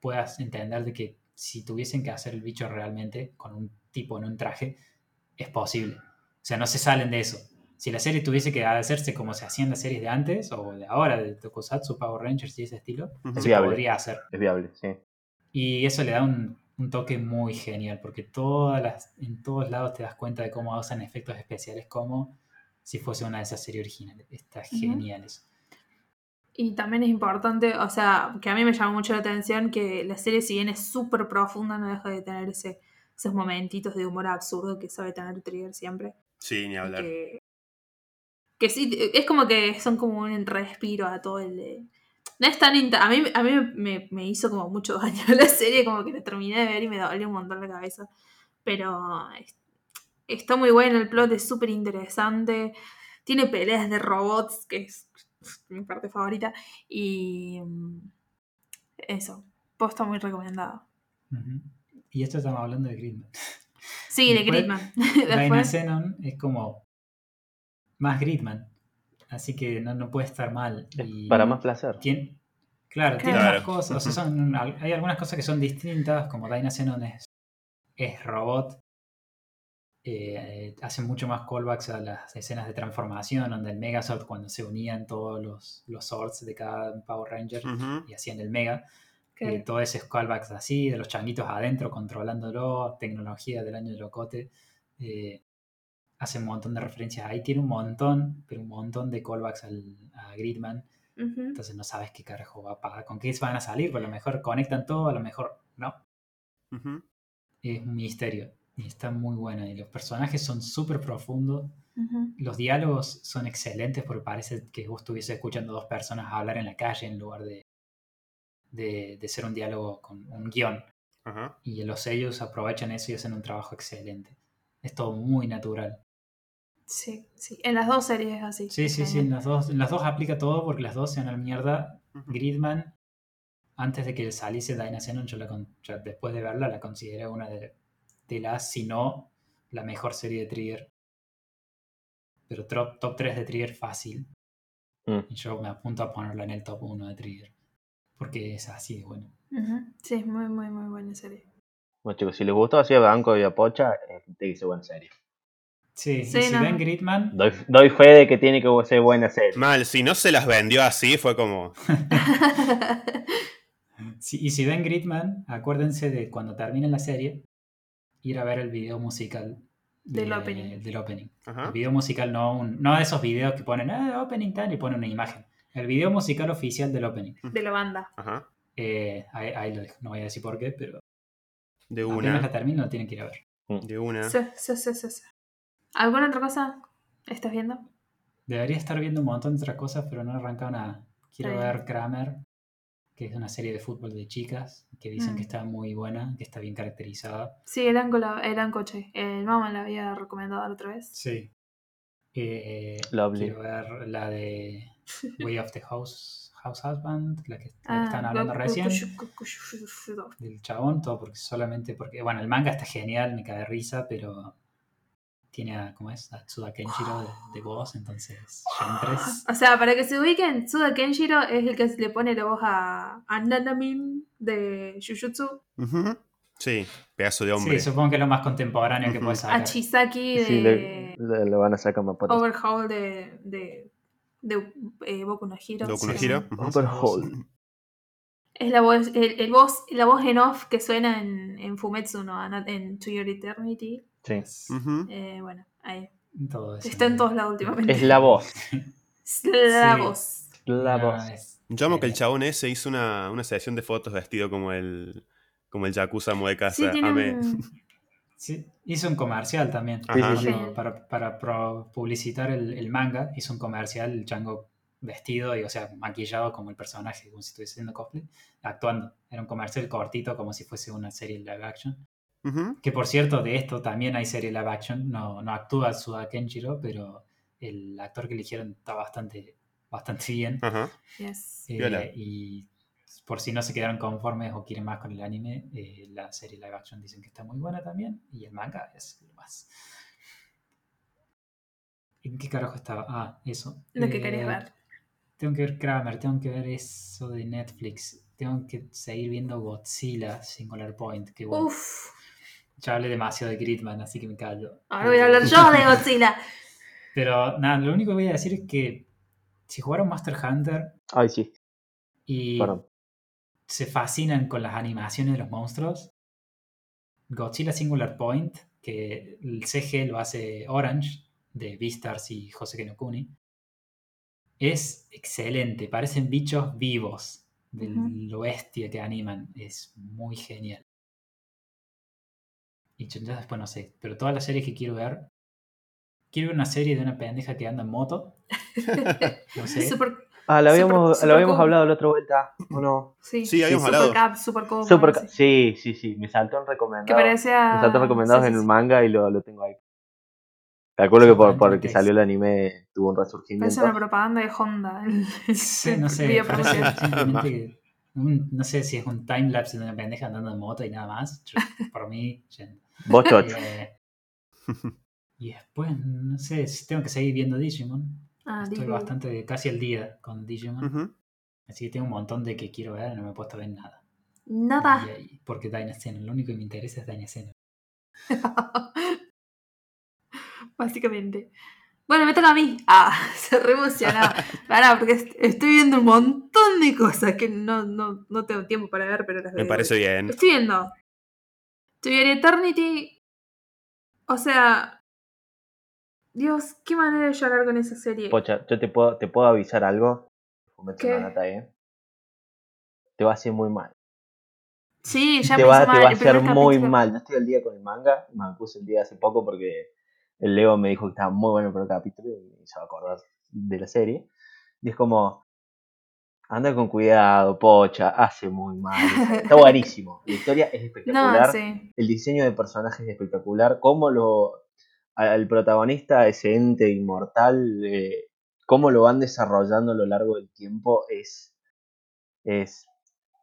D: puedas entender de que si tuviesen que hacer el bicho realmente con un tipo en un traje, es posible. O sea, no se salen de eso. Si la serie tuviese que hacerse como se hacían las series de antes o de ahora, de Tokusatsu, Power Rangers y ese estilo,
B: Ujú.
D: se
C: Viable.
D: podría hacer.
C: Es viable, sí.
D: Y eso le da un, un toque muy genial, porque todas las, en todos lados te das cuenta de cómo usan efectos especiales como si fuese una de esas series originales. Está genial eso.
A: Y también es importante, o sea, que a mí me llama mucho la atención que la serie, si bien es súper profunda, no deja de tener ese- esos momentitos de humor absurdo que sabe tener Trigger siempre.
B: Sí, ni
A: Y
B: hablar.
A: Que, que sí, eh, es como que son como un respiro a todo el... eh, No es tan... inta- A mí, a mí me, me hizo como mucho daño la serie, como que la terminé de ver y me dolió un montón la cabeza. Pero es- está muy bueno, el plot es súper interesante. Tiene peleas de robots, que es mi parte favorita. Y... mm, Eso, posta muy recomendada.
D: Ujú. Y esto estamos hablando de Gridman.
A: Sí, de
D: Después,
A: Gridman.
D: Dina
A: Después,
D: Zenon es como más Gridman. Así que no, no puede estar mal.
C: Es
D: Y
C: para más placer.
D: tien- claro, tiene
A: Claro.
D: más cosas. o sea, son- al- hay algunas cosas que son distintas, como Dina Zenon es, es robot. Eh, hace mucho más callbacks a las escenas de transformación, donde el Megazord, cuando se unían todos los, los Zords de cada Power Ranger
C: Mm.
B: Ujú.
D: y hacían el Mega,
A: que-
D: eh, todo ese callbacks así, de los changuitos adentro controlándolo, tecnología del año del locote. eh, hace un montón de referencias ahí. Tiene un montón, pero un montón de callbacks al, a Gridman.
A: ujú.
D: Entonces no sabes qué carajo va a pagar, con qué van a salir. Pero a lo mejor conectan todo, a lo mejor no.
B: Ujú.
D: Es un misterio. Y está muy bueno. Y los personajes son súper profundos.
A: Ujú.
D: Los diálogos son excelentes porque parece que vos estuviese escuchando dos personas hablar en la calle en lugar de, de, de ser un diálogo con un guión.
B: Ajá.
D: Y los sellos aprovechan eso y hacen un trabajo excelente. Es todo muy natural.
A: Sí, sí. En las dos series es así. este,
D: Sí, sí, sí, en las dos, en las dos aplica todo porque las dos se van a la mierda.
B: Ujú.
D: Gridman, antes de que saliese Dina Zenon, yo la con- yo después de verla la consideré una de, de las, si no, la mejor serie de Trigger. Pero top, top 3 de Trigger fácil.
C: Mm.
D: Y yo me apunto a ponerla en el top 1 de Trigger. Porque es así, de bueno.
A: Ujú. Sí, es muy, muy, muy buena serie.
C: Bueno, chicos, si les gustó así a Banco y a Pocha, eh, te dice buena serie.
D: Sí,
A: Sí,
D: y si
A: no.
D: ven Gridman,
C: Doy, doy fe de que tiene que ser buena serie.
B: Mal, si no se las vendió así, fue como.
D: Sí, y si ven Gridman, acuérdense de cuando termine la serie, ir a ver el video musical
A: Del
D: de-
A: opening.
D: del opening. El
B: Ajá.
D: video musical no, un- no de esos videos que ponen, ah, opening tal, y ponen una imagen. El video musical oficial del opening.
A: De la banda.
B: Ajá.
D: Eh, ahí, ahí lo dejo, no voy a decir por qué, pero
B: De
D: apenas la
B: una.
D: termine lo tienen que ir a ver.
B: De una.
A: Sí, sí, sí, sí, sí. ¿Alguna otra cosa estás viendo?
D: Debería estar viendo un montón de otras cosas, pero no he arrancado nada. Quiero
A: Está bien.
D: ver Kramer, que es una serie de fútbol de chicas, que dicen
A: Mm.
D: que está muy buena, que está bien caracterizada.
A: Sí, eran, con la- eran coche. El mamá la había recomendado la otra vez.
D: Sí. Eh,
C: Lovely.
D: Quiero ver la de Way of the House, House Husband, la que, la que estaban
A: Ah,
D: hablando
A: Goku-
D: recién,
A: Goku- Goku- Goku- Goku-
D: del chabón, todo porque solamente porque, bueno, el manga está genial, me cae de risa, pero tiene a, ¿cómo es? A Tsuda Kenshiro de, de voz, entonces, Gen 3.
A: O sea, para que se ubiquen, Tsuda Kenshiro es el que le pone la voz a, a Nanamin de Jujutsu,
B: Ujú. Sí, pedazo de hombre.
D: Sí, supongo que es lo más contemporáneo que puede
B: Ujú.
A: a
D: sacar.
A: Chisaki de
C: Sí, le, le- le van a sacar más patas.
A: Overhaul de, de, de eh, Boku no Hero.
B: Boku no
A: Sí.
B: Hero. Ujú.
C: Overhaul.
A: Es la voz, el, el voz, la voz en off que suena en, en Fumetsu, ¿no? Ana- En To Your Eternity.
C: Sí.
B: Ujú.
A: Eh, bueno, ahí.
D: Todo eso.
A: Está en todos lados últimamente.
C: Es la voz.
A: Es la
D: Sí.
A: voz.
C: La
D: No,
C: voz.
D: es-
B: Yo amo que el
D: eh,
B: chabón ese hizo una, una sesión de fotos vestido como el. Como el Yakuza Mueca.
A: Sí, tiene
B: Amé.
A: un...
D: Sí, hizo un comercial también.
B: Ajá.
D: Cuando-
A: Sí.
D: para, para pro- publicitar el, el manga, hizo un comercial, el chango vestido y, o sea, maquillado como el personaje, como si estuviese haciendo cosplay, actuando. Era un comercial cortito, como si fuese una serie live action.
B: Ujú.
D: Que por cierto, de esto también hay serie live action. No, no actúa Suda Kenjiro, pero el actor que eligieron está bastante, bastante bien.
B: Ajá.
A: Yes.
D: Eh,
B: Piola.
D: y por si no se quedaron conformes o quieren más con el anime, eh, la serie live action dicen que está muy buena también. Y el manga es lo más. ¿En qué carajo estaba? Ah, eso.
A: Lo
D: Eh,
A: que querías ver.
D: Tengo que ver Kramer, tengo que ver eso de Netflix. Tengo que seguir viendo Godzilla Singular Point. Que bueno,
A: Uf.
D: ya hablé demasiado de Gridman, así que me callo.
A: Ahora voy a hablar yo de Godzilla.
D: Pero nada, lo único que voy a decir es que si jugaron Master Hunter
C: Ay, sí,
D: y
C: perdón.
D: se fascinan con las animaciones de los monstruos. Godzilla Singular Point, que el CG lo hace Orange, de Beastars y José Kenokuni, es excelente. Parecen bichos vivos de
A: Ujú.
D: lo bestia que animan. Es muy genial. Y yo- ya después no sé, pero todas las series que quiero ver. Quiero ver una serie de una pendeja que anda en moto. No sé.
A: Super,
C: Ah, la
A: Super-
C: habíamos,
A: Super
C: la habíamos
A: Cool.
C: hablado la otra vuelta, ¿o no?
A: sí,
B: Sí, habíamos
A: super
B: hablado.
A: Cap, super Cool,
C: Super,
A: parece.
C: sí, sí, sí, me saltó en recomendados.
A: Que parece a...
C: Me saltó en recomendados
A: Ah, sí, sí,
C: en el
A: sí.
C: manga y lo, lo tengo ahí. Me acuerdo que por, por el que
D: Exactamente.
C: salió el anime tuvo un
A: Parece
C: resurgimiento.
A: una propaganda de Honda. el- el
D: Sí, no sé,
A: video
D: parece
A: promocional.
D: simplemente que un- no sé si es un timelapse de una pendeja andando en moto y nada más. Yo- por mí, yendo.
C: Vos, Chocho.
D: Eh, y después, no sé, si tengo que seguir viendo Digimon.
A: Ah,
D: Estoy
A: digo,
D: bastante, casi al día con Digimon.
B: Ujú.
D: Así que tengo un montón de que quiero ver y no me he puesto a ver nada.
A: Nada.
D: Y- y- porque Dynasty, Channel, lo único que me interesa es Dynasty. Channel.
A: Básicamente. Bueno, me toca a mí. Ah, se re emocionaba. Pará, porque est- estoy viendo un montón de cosas que no, no, no tengo tiempo para ver, pero las
B: Me
A: veo.
B: parece bien.
A: Estoy viendo. Estoy en Eternity. O sea. Dios, qué manera de llorar con esa serie.
C: Pocha, yo te puedo, te puedo avisar algo. Fumete
A: ¿Qué?
C: una nota ahí, ¿eh? Te va a hacer muy mal.
A: Sí, ya
C: te
A: me
C: va,
A: hizo
C: te
A: mal.
C: va a
A: el primer
C: hacer muy
A: capítulo.
C: mal. Yo estoy al día con el manga. Me puse el día hace poco porque el Leo me dijo que estaba muy bueno el primer capítulo y se va a acordar de la serie. Y es como, anda con cuidado, pocha, hace muy mal. Está buenísimo. La historia es espectacular.
A: No, sí.
C: El diseño de personajes es espectacular. Cómo lo. Al protagonista, ese ente inmortal, eh, cómo lo van desarrollando a lo largo del tiempo es. Es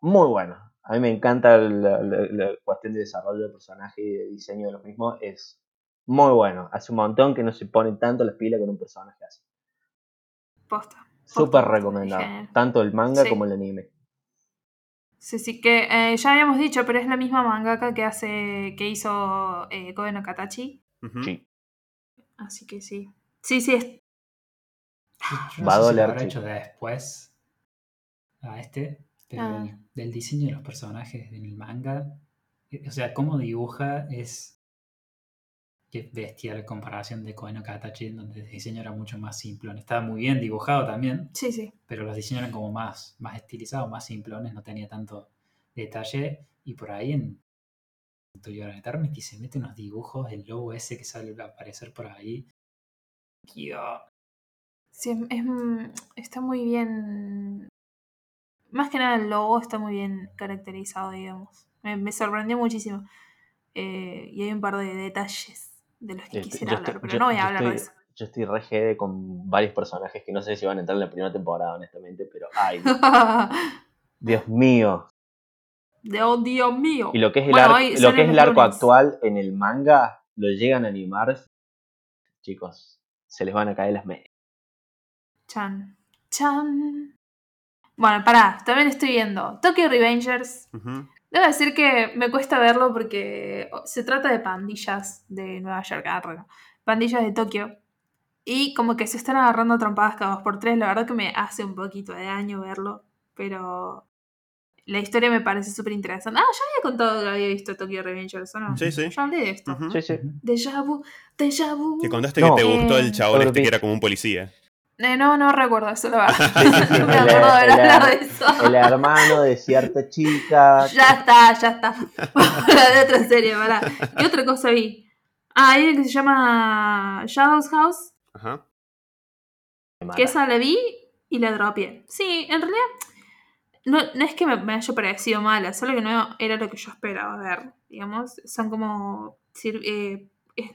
C: muy bueno. A mí me encanta la, la- la cuestión de desarrollo de personaje y de diseño de los mismos. Es muy bueno. Hace un montón que no se ponen tanto las pilas con un personaje así.
A: Posta.
C: Súper
A: posta,
C: recomendado.
A: genial.
C: Tanto el manga
A: Sí.
C: como el anime.
A: Sí, sí, que eh, ya habíamos dicho, pero es la misma mangaka que hace. que hizo eh, Koe no Katachi.
B: Ujú.
C: Sí.
A: Así que sí. Sí, sí, es-
D: Yo
C: Va a
D: no sé si lo
C: doler,
D: habrá hecho
C: chicos.
D: después a este, pero
A: Ah.
D: el- del diseño de los personajes en el manga, eh, o sea, cómo dibuja es que bestia la comparación de Koen Katachi, en donde el diseño era mucho más simplón. Estaba muy bien dibujado también,
A: sí, sí.
D: pero los diseños eran como más, más estilizados, más simplones, no tenía tanto detalle. Y por ahí en Toyota Eternity se mete unos dibujos, el logo ese que sale a aparecer por ahí. Dios.
A: Sí, es- es m- está muy bien. Más que nada el logo está muy bien caracterizado, digamos. Me, me sorprendió muchísimo. Eh, y hay un par de detalles de los que
C: Este,
A: quisiera
C: yo
A: hablar,
C: estoy-
A: pero
C: yo-
A: no voy
C: yo
A: a hablar de
C: estoy-
A: eso.
C: Yo estoy re GD con varios personajes que no sé si van a entrar en la primera temporada, honestamente, pero ay, Dios mío.
A: de oh, Dios mío.
C: Y lo que es el,
A: Bueno,
C: arco,
A: hoy
C: lo que
A: salen
C: es el
A: los
C: arco
A: lunes.
C: actual en el manga, lo llegan a animar, chicos, se les van a caer las medias.
A: Chan. Chan. Bueno, pará, también estoy viendo Tokyo Revengers.
B: Ujú.
A: Debo decir que me cuesta verlo porque oh, se trata de pandillas de Nueva York, ah, bueno, pandillas de Tokio. Y como que se están agarrando a trompadas cada dos por tres. La verdad que me hace un poquito de daño verlo. Pero la historia me parece súper interesante. Ah, ya había contado que había visto Tokyo Revengers, ¿o no?
B: Sí, sí.
A: Ya hablé de esto.
B: Ujú.
C: Sí, sí.
A: Deja vu, déjà vu.
B: Que contaste
C: No.
B: que te gustó
A: Eh,
B: el chabón este
C: Europeo.
B: que era como un policía.
A: Eh, no, no recuerdo eso, la verdad. no me
C: El-
A: acuerdo de haber
C: el-
A: hablado de eso.
C: El hermano de cierta chica.
A: Ya está, ya está. Para de otra serie, para. ¿Qué otra cosa vi? Ah, hay una que se llama Shadows House,
B: Ajá.
C: me mata.
A: que esa la vi y la dropié. Sí, en realidad no, no es que me, me, haya parecido mala, solo que no era lo que yo esperaba ver. Digamos, son como. Eh, es,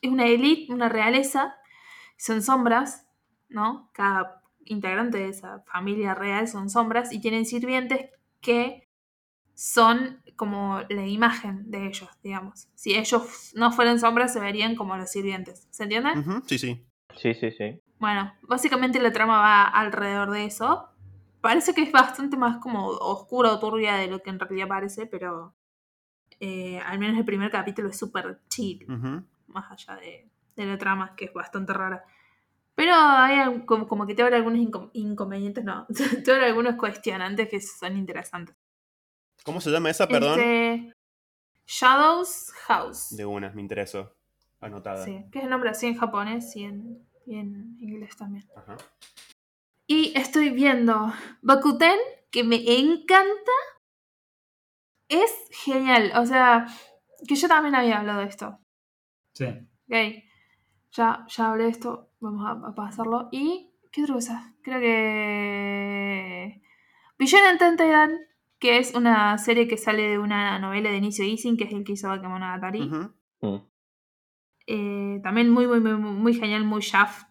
A: es, una élite, una realeza, son sombras, ¿no? Cada integrante de esa familia real son sombras y tienen sirvientes que son como la imagen de ellos, digamos. Si ellos no fueran sombras, se verían como los sirvientes. ¿Se entiende?
B: Uh -huh. Sí, sí.
C: Sí, sí, sí.
A: Bueno, básicamente la trama va alrededor de eso. Parece que es bastante más como oscura o turbia de lo que en realidad parece, pero eh, al menos el primer capítulo es súper chill, uh -huh.
B: Mm.
A: más allá de, de, la trama, que es bastante rara. Pero hay como, como que te habrá algunos inco inconvenientes, no, te habrá algunos cuestionantes que son interesantes.
B: ¿Cómo se llama esa, Ah, perdón?
A: Este, Shadows House.
B: De una, me interesó. Anotada.
A: Sí, que es el nombre así en japonés y en, y en inglés también. Ajá. Y estoy viendo Bakuten, que me encanta. Es genial. O sea, que yo también había hablado de esto.
D: Sí.
A: Ok. Ya, ya hablé de esto. Vamos a, a pasarlo. ¿Y qué otra cosa? Creo que. Vision Tentaidan, que es una serie que sale de una novela de Inicio Ising, que es el que hizo Bakemonogatari. Uh -huh. mm. Eh, también muy, muy, muy, muy genial, muy shaft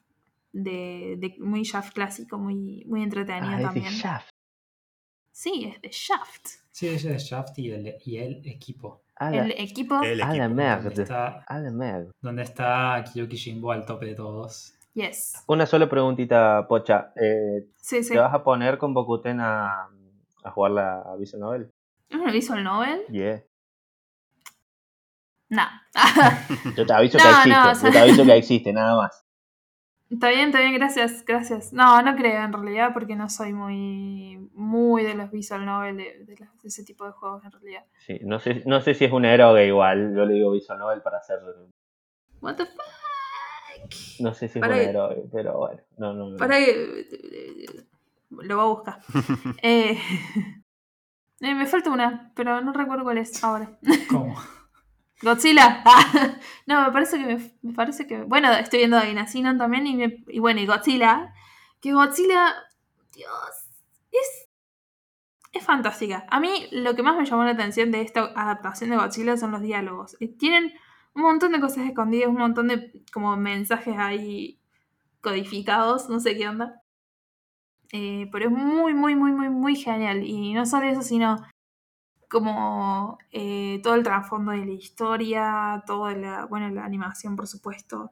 A: de, de, muy shaft clásico, muy, muy entretenido ah, también. Es de shaft. Sí, es de shaft.
D: Sí, es de shaft y el, y el equipo.
A: A la, el equipo.
C: El equipo. Ah, A la
B: Ah,
C: merda. Donde está, a la merda.
D: Donde está Kiyoki Jimbo al tope de todos.
A: Yes.
C: Una sola preguntita, Pocha. Eh,
A: sí, sí.
C: ¿Te vas a poner con Bokuten a, a jugar la a Visual Novel?
A: ¿Es una Visual Novel?
C: Yeah.
A: No.
C: yo te aviso no, que existe. No, o sea... Yo te aviso que existe, nada más.
A: Está bien, está bien, gracias, gracias. No, no creo en realidad porque no soy muy muy de los visual novel de, de, los, de ese tipo de juegos en realidad.
C: Sí, no sé, no sé si es una eroga igual, yo le digo visual novel para hacer...
A: What the fuck?
C: No sé si es para una eroga, pero bueno, no, no, no.
A: Para eh, lo voy a buscar. eh, me falta una, pero no recuerdo cuál es ahora.
D: ¿Cómo?
A: Godzilla. Ah, no, me parece que me, me, parece que. Bueno, estoy viendo a Inacinon también y, me, y, bueno, y Godzilla. Que Godzilla. Dios. Es. Es fantástica. A mí lo que más me llamó la atención de esta adaptación de Godzilla son los diálogos. Eh, Tienen un montón de cosas escondidas, un montón de como mensajes ahí codificados, no sé qué onda. Eh, pero es muy, muy, muy, muy, muy genial. Y no solo eso, sino como eh, todo el trasfondo de la historia, toda la, bueno, la animación, por supuesto,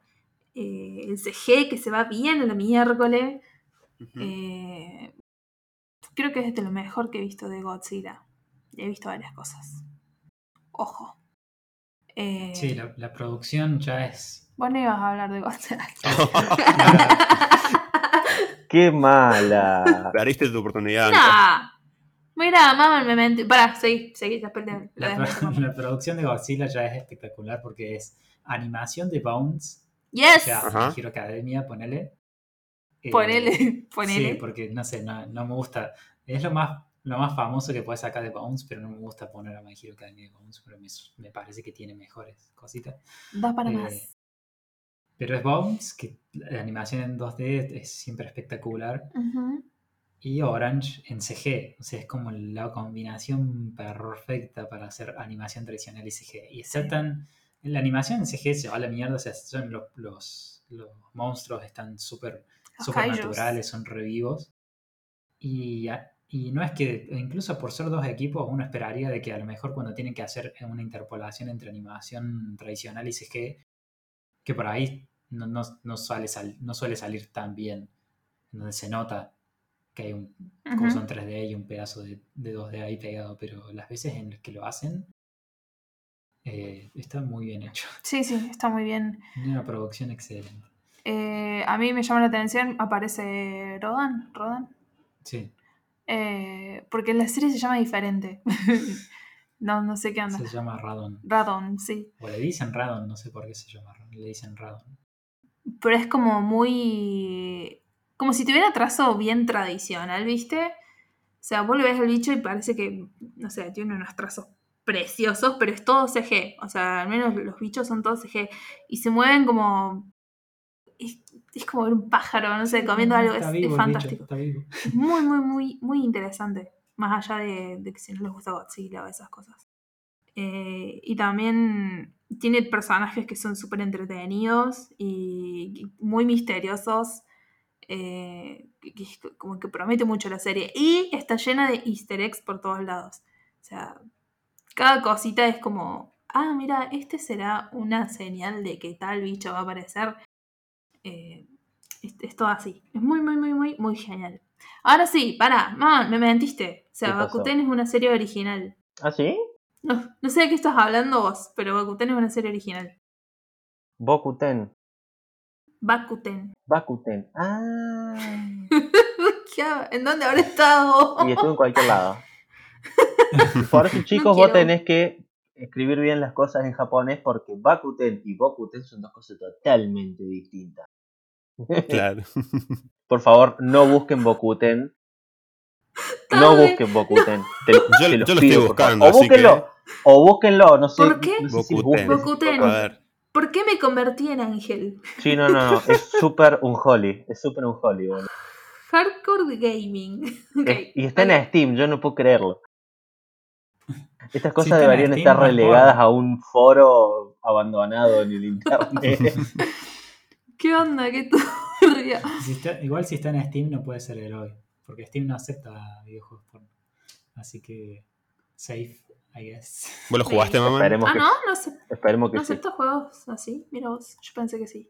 A: eh, el CG que se va bien el miércoles. Uh
D: Mm.
A: -huh. eh, creo que es de lo mejor que he visto de Godzilla. He visto varias cosas. Ojo. Eh,
D: sí, la, la, producción ya es.
A: Vos no ibas a hablar de Godzilla.
C: ¡Qué mala!
B: Perdiste tu oportunidad.
A: Nah. Mira, mamá, me mentí. Pará, seguí, seguí, después de,
D: la, pro la, producción de Godzilla ya es espectacular porque es animación de Bones.
A: Yes.
D: O sea, Giro Academia, ponele.
A: Eh, ponele, ponele.
D: Sí, porque no sé, no, no, me gusta. Es lo más, lo más famoso que puedes sacar de Bones, pero no me gusta poner a My Hero Academia de Bones, pero me, me parece que tiene mejores cositas.
A: Dos para eh, más.
D: Pero es Bones, que la animación en 2D es siempre espectacular. Ajá. Uh -huh y Orange en CG. O sea, es como la combinación perfecta para hacer animación tradicional y CG. Y aceptan. La animación en CG se va a la mierda. O sea, son los, los, los monstruos están súper naturales, son revivos. Y, y no es que, incluso por ser dos equipos, uno esperaría de que a lo mejor cuando tienen que hacer una interpolación entre animación tradicional y CG, que por ahí no, no, no suele, sal, no suele salir tan bien, donde se nota que hay un uh -huh. curso en 3D y un pedazo de, de, 2D ahí pegado, pero las veces en las que lo hacen eh, está muy bien hecho.
A: Sí, sí, está muy bien.
D: Una producción excelente.
A: Eh, a mí me llama la atención, aparece Rodan, Rodan.
D: Sí.
A: Eh, porque la serie se llama diferente. no, no sé qué onda.
D: Se llama Radon.
A: Radon, sí.
D: O le dicen Radon, no sé por qué se llama Radon, le dicen Radon.
A: Pero es como muy como si tuviera trazo bien tradicional, ¿viste? O sea, vos lo ves al bicho y parece que, no sé, tiene unos trazos preciosos, pero es todo CG. O sea, al menos los bichos son todos CG. Y se mueven como... Es es como ver un pájaro, no sé, comiendo algo, es,
D: Mm, Está
A: es
D: vivo el bicho,
A: fantástico.
D: está vivo.
A: Es muy, muy, muy, muy interesante. Más allá de, de que si no les gusta Godzilla o esas cosas. Eh, y también tiene personajes que son súper entretenidos y muy misteriosos. eh, que- que es como que promete mucho la serie. Y está llena de easter eggs por todos lados. O sea, cada cosita es como, ah, mira, este será una señal de que tal bicho va a aparecer. Eh, es, es todo así. Es muy, muy, muy, muy, muy genial. Ahora sí, pará, mamá, me mentiste. O sea,
C: ¿Qué pasó?
A: Bakuten es una serie original.
C: ¿Ah, sí?
A: No, no sé de qué estás hablando vos, pero Bakuten es una serie original.
C: Bokuten.
A: Bakuten.
C: Bakuten. Ah.
A: ¿Qué hab- ¿En dónde habrá estado?
C: Y estuvo en cualquier lado. Por eso, chicos, vos
A: quiero.
C: tenés que escribir bien las cosas en japonés porque Bakuten y Bokuten son dos cosas totalmente distintas.
B: Claro.
C: Por favor, no busquen Bokuten. No
A: Tarde.
C: busquen Bokuten. Te-
B: Yo-
C: te los
B: yo lo estoy
C: pido, por
B: buscando,
C: favor. O
B: así que-
C: búsquenlo. O búsquenlo, no sé.
A: ¿Por qué?
C: no sé si
B: Bokuten.
C: busquen.
A: Bokuten.
B: A ver.
A: ¿Por qué me convertí en ángel?
C: Sí, no, no, no. Es súper un holly. Es súper un holly, boludo.
A: Hardcore gaming. Ok,
C: Es- Y está en Steam, yo no puedo creerlo. Estas
D: está
C: cosas
D: en
C: deberían
D: Steam,
C: estar
D: no es
C: relegadas
D: porno.
C: a un foro abandonado en el internet.
A: ¿Qué onda? ¿Qué turbio?
D: Si está- igual si está en Steam no puede ser héroe, porque Steam no acepta videojuegos porno. Así que safe, I guess.
B: ¿Vos lo jugaste, mamá?
C: esperemos,
A: Ah,
C: que,
A: no, no, acep-
C: esperemos que
A: no
C: sí.
A: acepta juegos así. Mira vos, yo pensé que sí.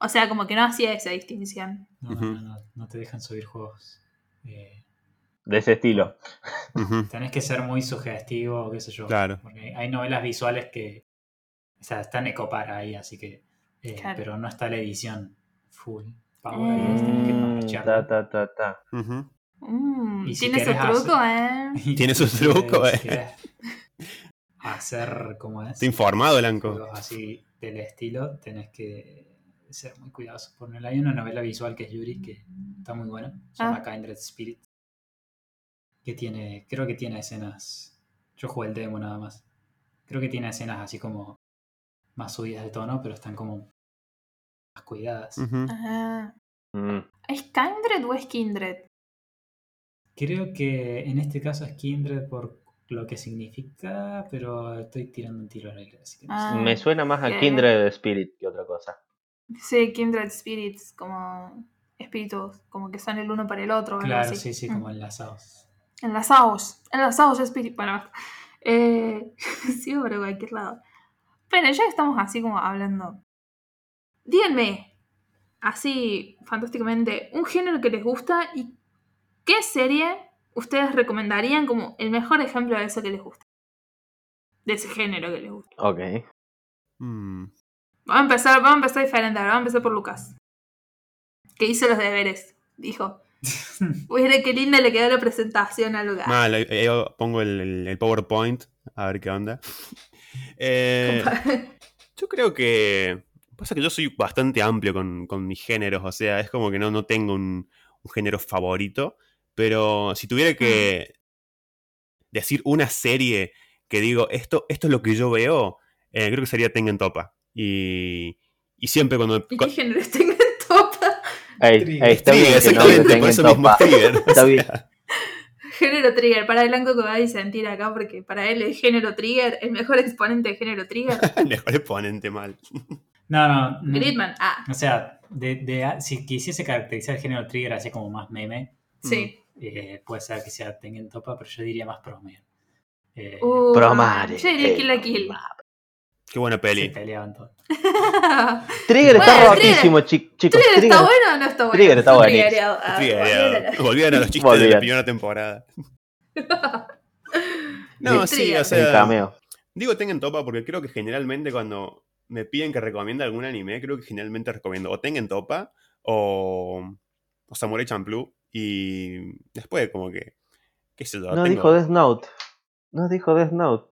A: O sea, como que no hacía esa distinción.
D: No,
B: Ujú.
D: no, no, no, no te dejan subir juegos. Eh,
C: De ese estilo.
B: Ujú.
D: tenés que ser muy sugestivo, qué sé yo.
B: Claro.
D: Porque hay novelas visuales que. O sea, están ecopar ahí, así que. eh,
A: Claro.
D: Pero no está la edición full.
A: Mm.
D: Power, ahí tenés que
C: Mm,
D: parchearla.
C: ta, ta, ta, ta.
B: Ujú.
A: Mm,
D: Y si
A: Tiene su
D: querés hacer-
A: truco, ¿eh?
B: Tiene sus
D: Entonces,
B: trucos,
D: si
B: eh.
D: querés Hacer como es.
B: Está informado el anco.
D: juegos así del estilo, tenés que ser muy cuidadoso. Por ejemplo, hay una novela visual que es Yuri, que está muy buena, se llama
A: Ah.
D: Kindred Spirit, que tiene, creo que tiene escenas, yo jugué el demo nada más, creo que tiene escenas así como más subidas de tono, pero están como más cuidadas.
B: Ujú.
A: Ah,
C: Mm.
A: ¿Es Kindred o es Kindred?
D: Creo que en este caso es Kindred por lo que significa, pero estoy tirando un tiro al aire, así que no sé.
A: Ah.
C: Me suena más a
A: ¿Qué?
C: Kindred Spirit que otra cosa.
A: Sí, Kindred Spirits, como espíritus, como que son el uno para el otro. o algo
D: Claro,
A: así.
D: sí, sí,
A: Mm.
D: como enlazados.
A: Enlazados. Enlazados espíritus. Bueno, basta. Eh, sí, pero cualquier lado. Bueno, ya que estamos así como hablando. Díganme, así fantásticamente, un género que les gusta y qué serie ustedes recomendarían como el mejor ejemplo de eso que les gusta. De ese género que les gusta.
C: Ok.
B: Mm.
A: Vamos a empezar, vamos a empezar diferente, ahora, vamos a empezar por Lucas. Que hizo los deberes. Dijo, uy, qué linda le quedó la presentación a Lucas.
B: Mal, ahí- ahí pongo el, el- el PowerPoint, a ver qué onda. Eh, yo creo que. Pasa que yo soy bastante amplio con, con mis géneros, o sea, es como que no, no tengo un, un género favorito, pero si tuviera que decir una serie que digo, esto, esto es lo que yo veo, eh, creo que sería Tengen Topa. Y, y siempre cuando...
A: ¿Y
B: cu-
A: qué género es Tengen Topa?
C: Ey,
D: Trigger.
C: ey, está bien que no
B: exactamente,
C: le
B: por
C: tengan
B: eso mismo
C: topa.
B: Trigger.
C: Está bien.
A: Género Trigger, para el blanco que va a disentir acá, porque para él el género Trigger, el mejor exponente de género Trigger,
B: Mejor exponente mal.
D: No, no,
C: Mm.
D: no.
A: Gridman. Ah,
D: O sea, de, de, a- si quisiese caracterizar el género trigger así como más meme,
C: Mm.
A: sí.
D: eh, puede ser que sea Tengen Topa, pero yo diría más Promedio. Eh,
A: Uh,
C: Promare.
A: Yo diría
C: Ey,
A: Kill la Kill.
B: Qué buena
D: se
B: peli.
D: peleaban todos.
C: Trigger está
A: Bueno,
C: rotísimo, chi- chicos.
A: ¿Trigger
C: Trigger.
A: está bueno o no está bueno?
C: Trigger está
A: Estoy
C: buenísimo.
A: triggereado. Ah,
B: Trigger,
A: bueno.
B: Volvían a los chistes de la
C: Volvían.
B: primera temporada. No, sí,
A: Trigger.
B: o
C: El
B: sea,
C: cameo.
B: Digo Tengen Topa porque creo que generalmente cuando me piden que recomiende algún anime, creo que generalmente recomiendo o Tengen Topa o, o Samurai Champloo y después como que qué sé yo,
C: No
B: tengo-
C: dijo Death Note. No dijo Death Note.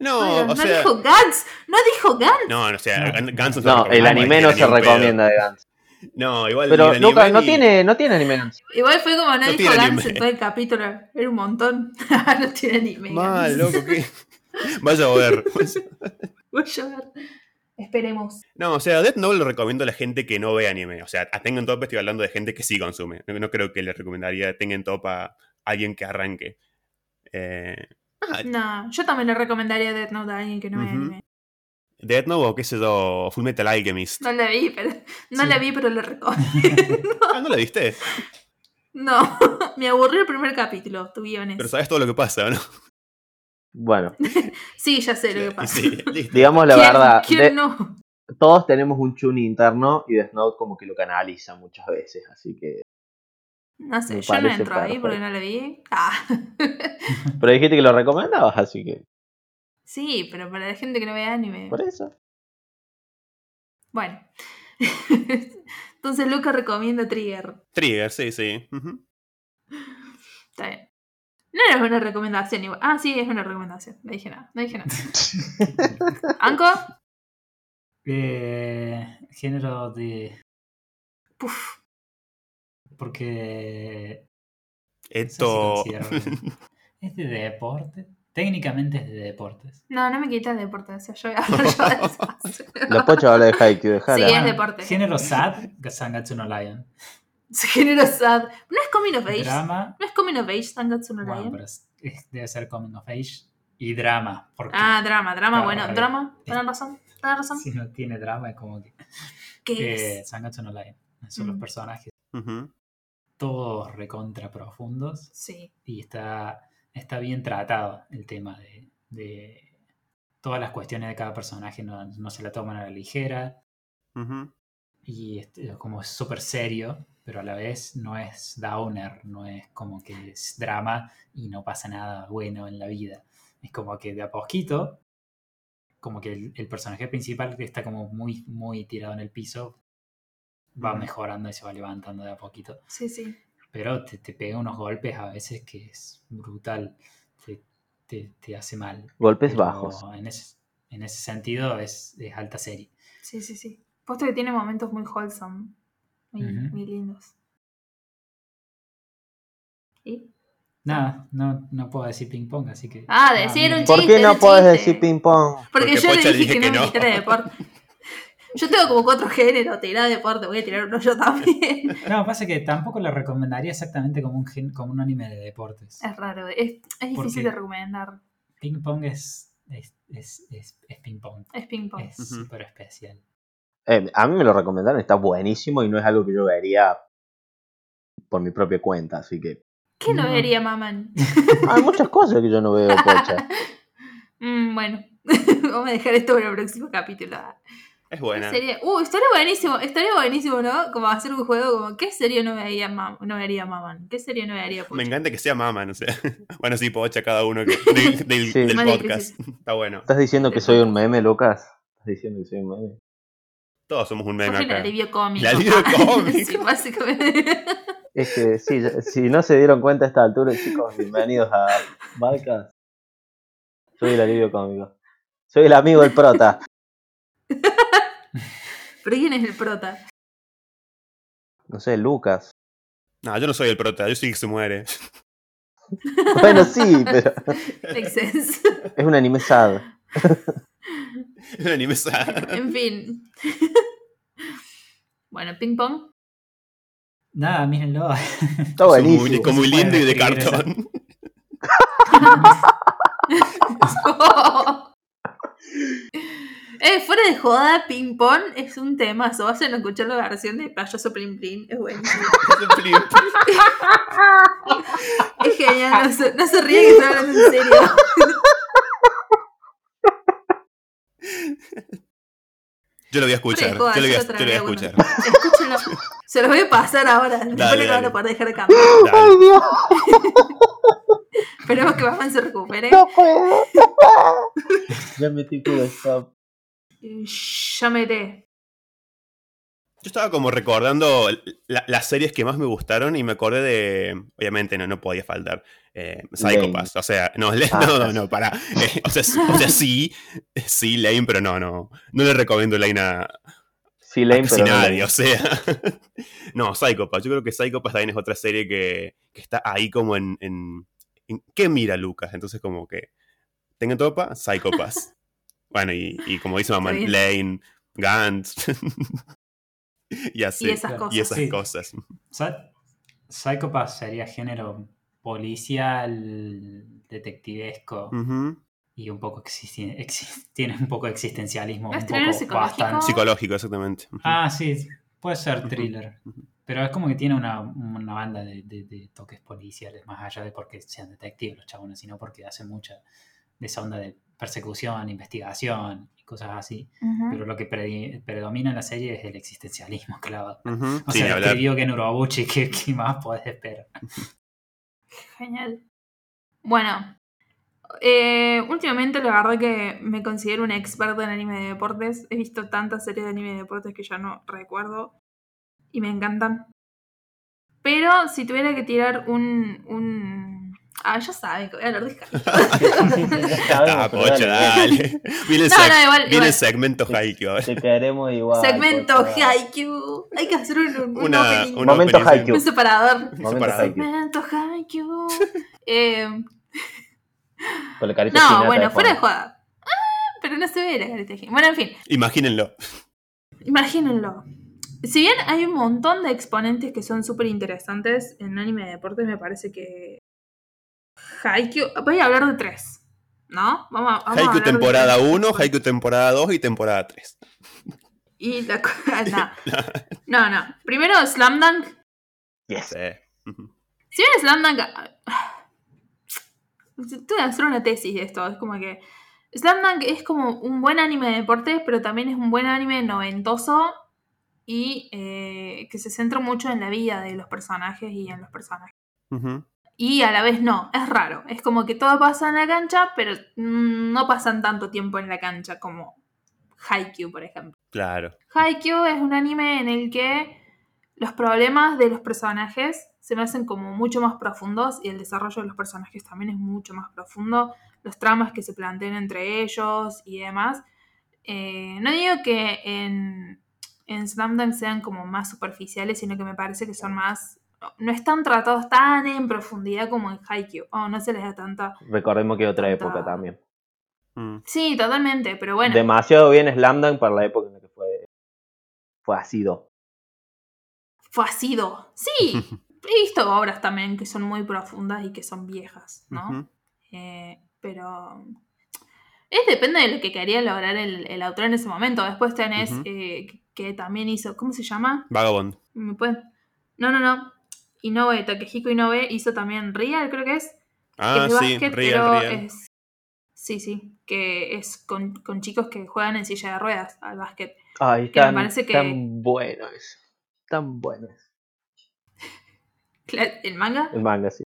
B: No,
A: Oigan,
B: o
A: Ah, no
B: sea,
A: dijo Gantz, no dijo Gantz.
B: no, no, o sea,
D: No.
B: Gan- Gantz se
C: No, el
B: recomienda,
C: anime no
B: ni
C: se
B: un pedo.
C: recomienda de Gantz.
B: No, igual ni
C: Pero
B: el
C: Lucas
B: anime
C: no
B: ni-
C: tiene, no tiene anime Gantz.
A: Igual fue como no,
B: No
A: dijo
B: tiene
A: Gantz
B: anime.
A: en todo el capítulo. Era un montón. no tiene anime.
B: Mal,
A: Gantz.
B: loco, qué Vaya a ver.
A: Voy a llorar. Esperemos.
B: No, o sea, Death Note lo recomiendo a la gente que no ve anime. O sea, a Tengen Top estoy hablando de gente que sí consume. No, no creo que le recomendaría Tengen Top a alguien que arranque. Eh, ah,
A: No, yo también le recomendaría Death Note a alguien que no ve
B: Ujú.
A: anime.
B: Death Note o qué sé yo, Full Metal Alchemist.
A: No la vi, pero no
D: Sí.
A: la vi, pero la recomiendo.
B: Ah, ¿no la viste?
A: no, me aburrió el primer capítulo, tu guiones.
B: Pero sabes todo lo que pasa, ¿no?
C: Bueno,
A: Sí, ya sé lo que pasa.
B: Sí, listo.
C: digamos la
A: ¿Quién-
C: verdad,
A: ¿Quién
C: de-
A: no?
C: todos tenemos un chun interno y Death Note como que lo canaliza muchas veces, así que...
A: No sé,
C: Me
A: yo no
C: parece
A: entro ahí porque
C: perfecto.
A: no la vi. Ah.
C: Pero dijiste que lo recomendabas, así que...
A: Sí, pero para la gente que no ve anime.
C: Por eso.
A: Bueno. Entonces Luca recomienda Trigger.
B: Trigger, sí, sí. Ujú.
A: Está bien. No era una recomendación igual. Ah, sí, es una recomendación. No dije nada, no dije nada. ¿Anco?
D: Eh, género de.
A: Puf. Porque.
B: Esto.
D: No sé si considero- es de deporte. Técnicamente es de deportes.
A: No, no me quita el deporte. O sea, yo voy a hablar yo de esas.
C: La pocha habla de Haikyuu, dejala.
A: Sí, es deporte.
D: Género sad, Sangatsu no Lion.
A: Género sad. No es coming of age.
D: Drama,
A: No es coming of age, Sangatsu no
D: bueno,
A: Lion?
D: pero es- es- debe ser coming of age. Y drama, porque
A: Ah, drama, drama,
D: Claro,
A: bueno,
D: ahí.
A: drama. Tenés razón, tenés razón.
D: si no tiene drama es como que...
A: ¿Qué
D: Eh,
A: es?
D: Sangatsu no Lion. Son los
A: Mm.
D: personajes
B: Ujú.
D: todos recontra profundos
A: Sí.
D: y está, está bien tratado el tema de, de todas las cuestiones de cada personaje, no, no se la toman a la ligera.
B: Ujú.
D: y este, como es súper serio, pero a la vez no es downer, no es como que es drama y no pasa nada bueno en la vida. Es como que de a poquito, como que el, el personaje principal que está como muy, muy tirado en el piso, va
B: Ujú.
D: mejorando y se va levantando de a poquito.
A: Sí, sí.
D: Pero te, te pega unos golpes a veces que es brutal, te, te- te hace mal.
C: Golpes
D: Pero
C: bajos.
D: En ese, en ese sentido es, es alta serie.
A: Sí, sí, sí. Posta que tiene momentos muy wholesome. Muy,
D: Ujú.
A: muy lindos. ¿Y?
D: Nada, no, no puedo decir ping pong, así que.
A: Ah,
D: nada,
A: decir un
D: bien.
A: chiste.
C: ¿Por qué no
A: era
C: podés
A: chiste.
C: decir ping pong?
A: Porque,
B: Porque
A: yo
B: Pocha
A: le dije que, no me tirara de deporte. Yo tengo como cuatro géneros, tirar deporte, voy a tirar uno yo también.
D: No, pasa que tampoco lo recomendaría exactamente como un, gen- como un anime de deportes.
A: Es raro, es, es difícil
D: qué?
A: de recomendar.
D: Ping pong es, es, es, es, es ping pong.
A: Es ping pong.
D: Es
B: Ujú.
D: súper especial.
C: Eh, a mí me lo recomendaron, está buenísimo y no es algo que yo vería por mi propia cuenta, así que...
A: ¿Qué no
D: No.
A: vería Maman?
C: Hay muchas cosas que yo no veo, pocha.
A: Mm, bueno, vamos a dejar esto para el próximo capítulo.
B: Es
A: ¿Qué
B: buena.
A: serie? Uh, estaría buenísimo, estaría buenísimo, ¿no? Como hacer un juego como, ¿qué serie no vería, mam no vería Maman? ¿Qué serie no vería
B: Me
A: Pucho?
B: encanta que sea mama, no sé. Bueno, sí, pocha cada uno que- del, del-
C: Sí.
B: del
A: Más
B: podcast. Está bueno.
C: ¿Estás diciendo que soy un meme, Lucas? ¿Estás diciendo que soy un meme?
B: Todos somos un
A: Yo
B: meme
A: soy la
B: acá.
A: alivio cómico.
B: El alivio
A: Ah,
B: cómico.
A: sí, básicamente.
C: Es que sí, ya- si no se dieron cuenta a esta altura, chicos, bienvenidos a Marcas. Soy el alivio cómico. Soy el amigo del prota.
A: Pero ¿quién es el prota?
C: No sé, Lucas.
B: No, yo no soy el prota, yo soy el que se muere.
C: Bueno, sí, pero
A: Makes sense.
C: es un anime sad.
B: El anime sad.
A: En fin. Bueno, ping pong.
D: Nada, mírenlo.
C: Está
B: Es muy-
C: buenísimo.
B: Es como muy lindo y de
D: Puede describir
B: cartón.
A: eh, fuera de joda, ping pong es un tema. So, vayan a escuchar la versión de Payaso Plin Plin. Es buenísimo. Es genial. No se, no se ríe que estoy hablando en serio.
B: Yo lo voy a
A: Fuera de
B: escuchar.
A: joda,
B: Yo lo voy a,
A: yo lo
B: yo lo voy a
A: traía
B: escuchar.
A: Escúchenlo. Se los voy a pasar ahora. Después
B: Dale,
A: no lo van
B: dale.
A: a poder dejar de cambiar.
B: Dale.
C: Dios,
A: Esperemos que Batman se recupere.
C: puedo. Ya metí culo stop.
A: Y Yo me iré.
B: Yo estaba como recordando la- las series que más me gustaron y me acordé de. Obviamente no, no podía faltar. Eh, Psycho
C: Lame.
B: Pass. O sea, no, le-
C: Ah.
B: no, no, no, pará. Eh, o, sea, s- o sea, sí, sí, Lane, pero no, no. No le recomiendo Lane a,
C: Sí, lame,
B: a casi
C: pero no
B: nadie,
C: lame.
B: o sea. no, Psycho Pass. Yo creo que Psycho Pass también es otra serie que, que está ahí como en, en, en- ¿Qué mira Lucas? Entonces, como que. Tengan topa, Psycho Pass. Bueno, y, y como dice mamá,
A: Está bien.
B: Lane, Gantz. y así.
A: y esas
D: claro.
A: cosas.
B: Y esas
D: Sí.
B: cosas.
D: Psy- Psychopath sería género policial, detectivesco
B: Ujú.
D: y un poco existen- exis- tiene un poco de existencialismo,
A: ¿Es
D: un
A: thriller
D: poco
A: psicológico?
D: bastante.
B: Psicológico, exactamente. Ujú.
D: Ah, sí, puede ser thriller.
B: ujú.
D: Pero es como que tiene una, una banda de, de- de toques policiales, más allá de porque sean detectives los chabones, sino porque hacen mucha de esa onda de persecución, investigación y cosas así.
A: Ujú.
D: Pero lo que predi- predomina en la serie es el existencialismo, claro.
B: Ujú.
D: O
B: Sí, ni
D: sea, lo
B: hablar.
D: escribió Ken Urobuchi, ¿qué, qué más podés esperar?
A: Genial. Bueno, eh, últimamente la verdad que me considero una experta en anime de deportes. He visto tantas series de anime de deportes que ya no recuerdo y me encantan. Pero si tuviera que tirar un... un... Ah, ya saben que voy a hablar de Haikyuu.
C: Ya
B: Está,
C: sabemos, pero
B: pocha,
C: dale.
B: dale. Viene, el
A: No,
B: seg-
A: no, igual-
B: viene
A: igual.
B: el segmento Haikyuu ahora.
C: Te queremos igual.
A: Segmento
C: pocha.
A: Haikyuu. Hay que hacer un, un, un
B: Una-
A: opening,
B: una
C: Momento
B: opening,
C: Haikyuu.
A: un separador.
B: un
C: Momento
B: separado.
C: Haikyuu.
A: Segmento Haikyuu. Eh,
C: Con la carita
A: No,
C: chinata
A: bueno,
C: Este de
A: fuera de
C: fondo.
A: joda. Ah, pero no se ve la careta de Jim. Bueno, en fin,
B: Imagínenlo.
A: imagínenlo. Si bien hay un montón de exponentes que son súper interesantes en anime de deportes, me parece que. Haikyuu. Voy a hablar de tres, ¿no? Vamos a, vamos a hablar
B: Haikyuu
A: de
B: temporada
A: tres.
B: 1, Haikyuu temporada 2 y temporada 3.
A: Y la. co- no. no, no. Primero, Slam Dunk.
C: Yes.
A: Si bien Slam Dunk. ah, Tuve que hacer una tesis de esto. Es como que. Slam Dunk es como un buen anime de deportes, pero también es un buen anime noventoso y eh, que se centra mucho en la vida de los personajes y en los personajes.
B: Ujú.
A: Y a la vez no, es raro. Es como que todo pasa en la cancha, pero mm, no pasan tanto tiempo en la cancha como Haikyuu, por ejemplo.
B: Claro.
A: Haikyuu es un anime en el que los problemas de los personajes se me hacen como mucho más profundos y el desarrollo de los personajes también es mucho más profundo. Los tramas que se plantean entre ellos y demás. Eh, no digo que en, en Slam Dunk sean como más superficiales, sino que me parece que son más. no- No están tratados tan en profundidad como en Haikyuu. O no se les da tanta.
C: Recordemos que otra
A: Tanta-
C: época también.
B: Mm.
A: Sí, totalmente, pero bueno.
C: Demasiado bien Slam Dunk para la época en la que fue, fue ácido.
A: fue asido. Sí, he visto obras también que son muy profundas y que son viejas, ¿no?
B: Ujú.
A: Eh, pero es depende de lo que quería lograr el, el autor en ese momento. Después tenés
B: Ujú.
A: eh, que- que también hizo, ¿cómo se llama?
B: Vagabond.
A: ¿Me pueden? No, no, no. Inoue, Takehiko Inoue hizo también Real, creo que es.
B: Ah,
A: que es de
B: sí,
A: básquet,
B: real,
A: pero
B: real.
A: es. Sí, sí, que es con, con chicos que juegan en silla de ruedas al básquet.
C: Ay,
A: Que me
C: tan,
A: parece que-
C: tan bueno eso. Tan bueno eso.
A: Cla- El manga.
C: El manga, sí.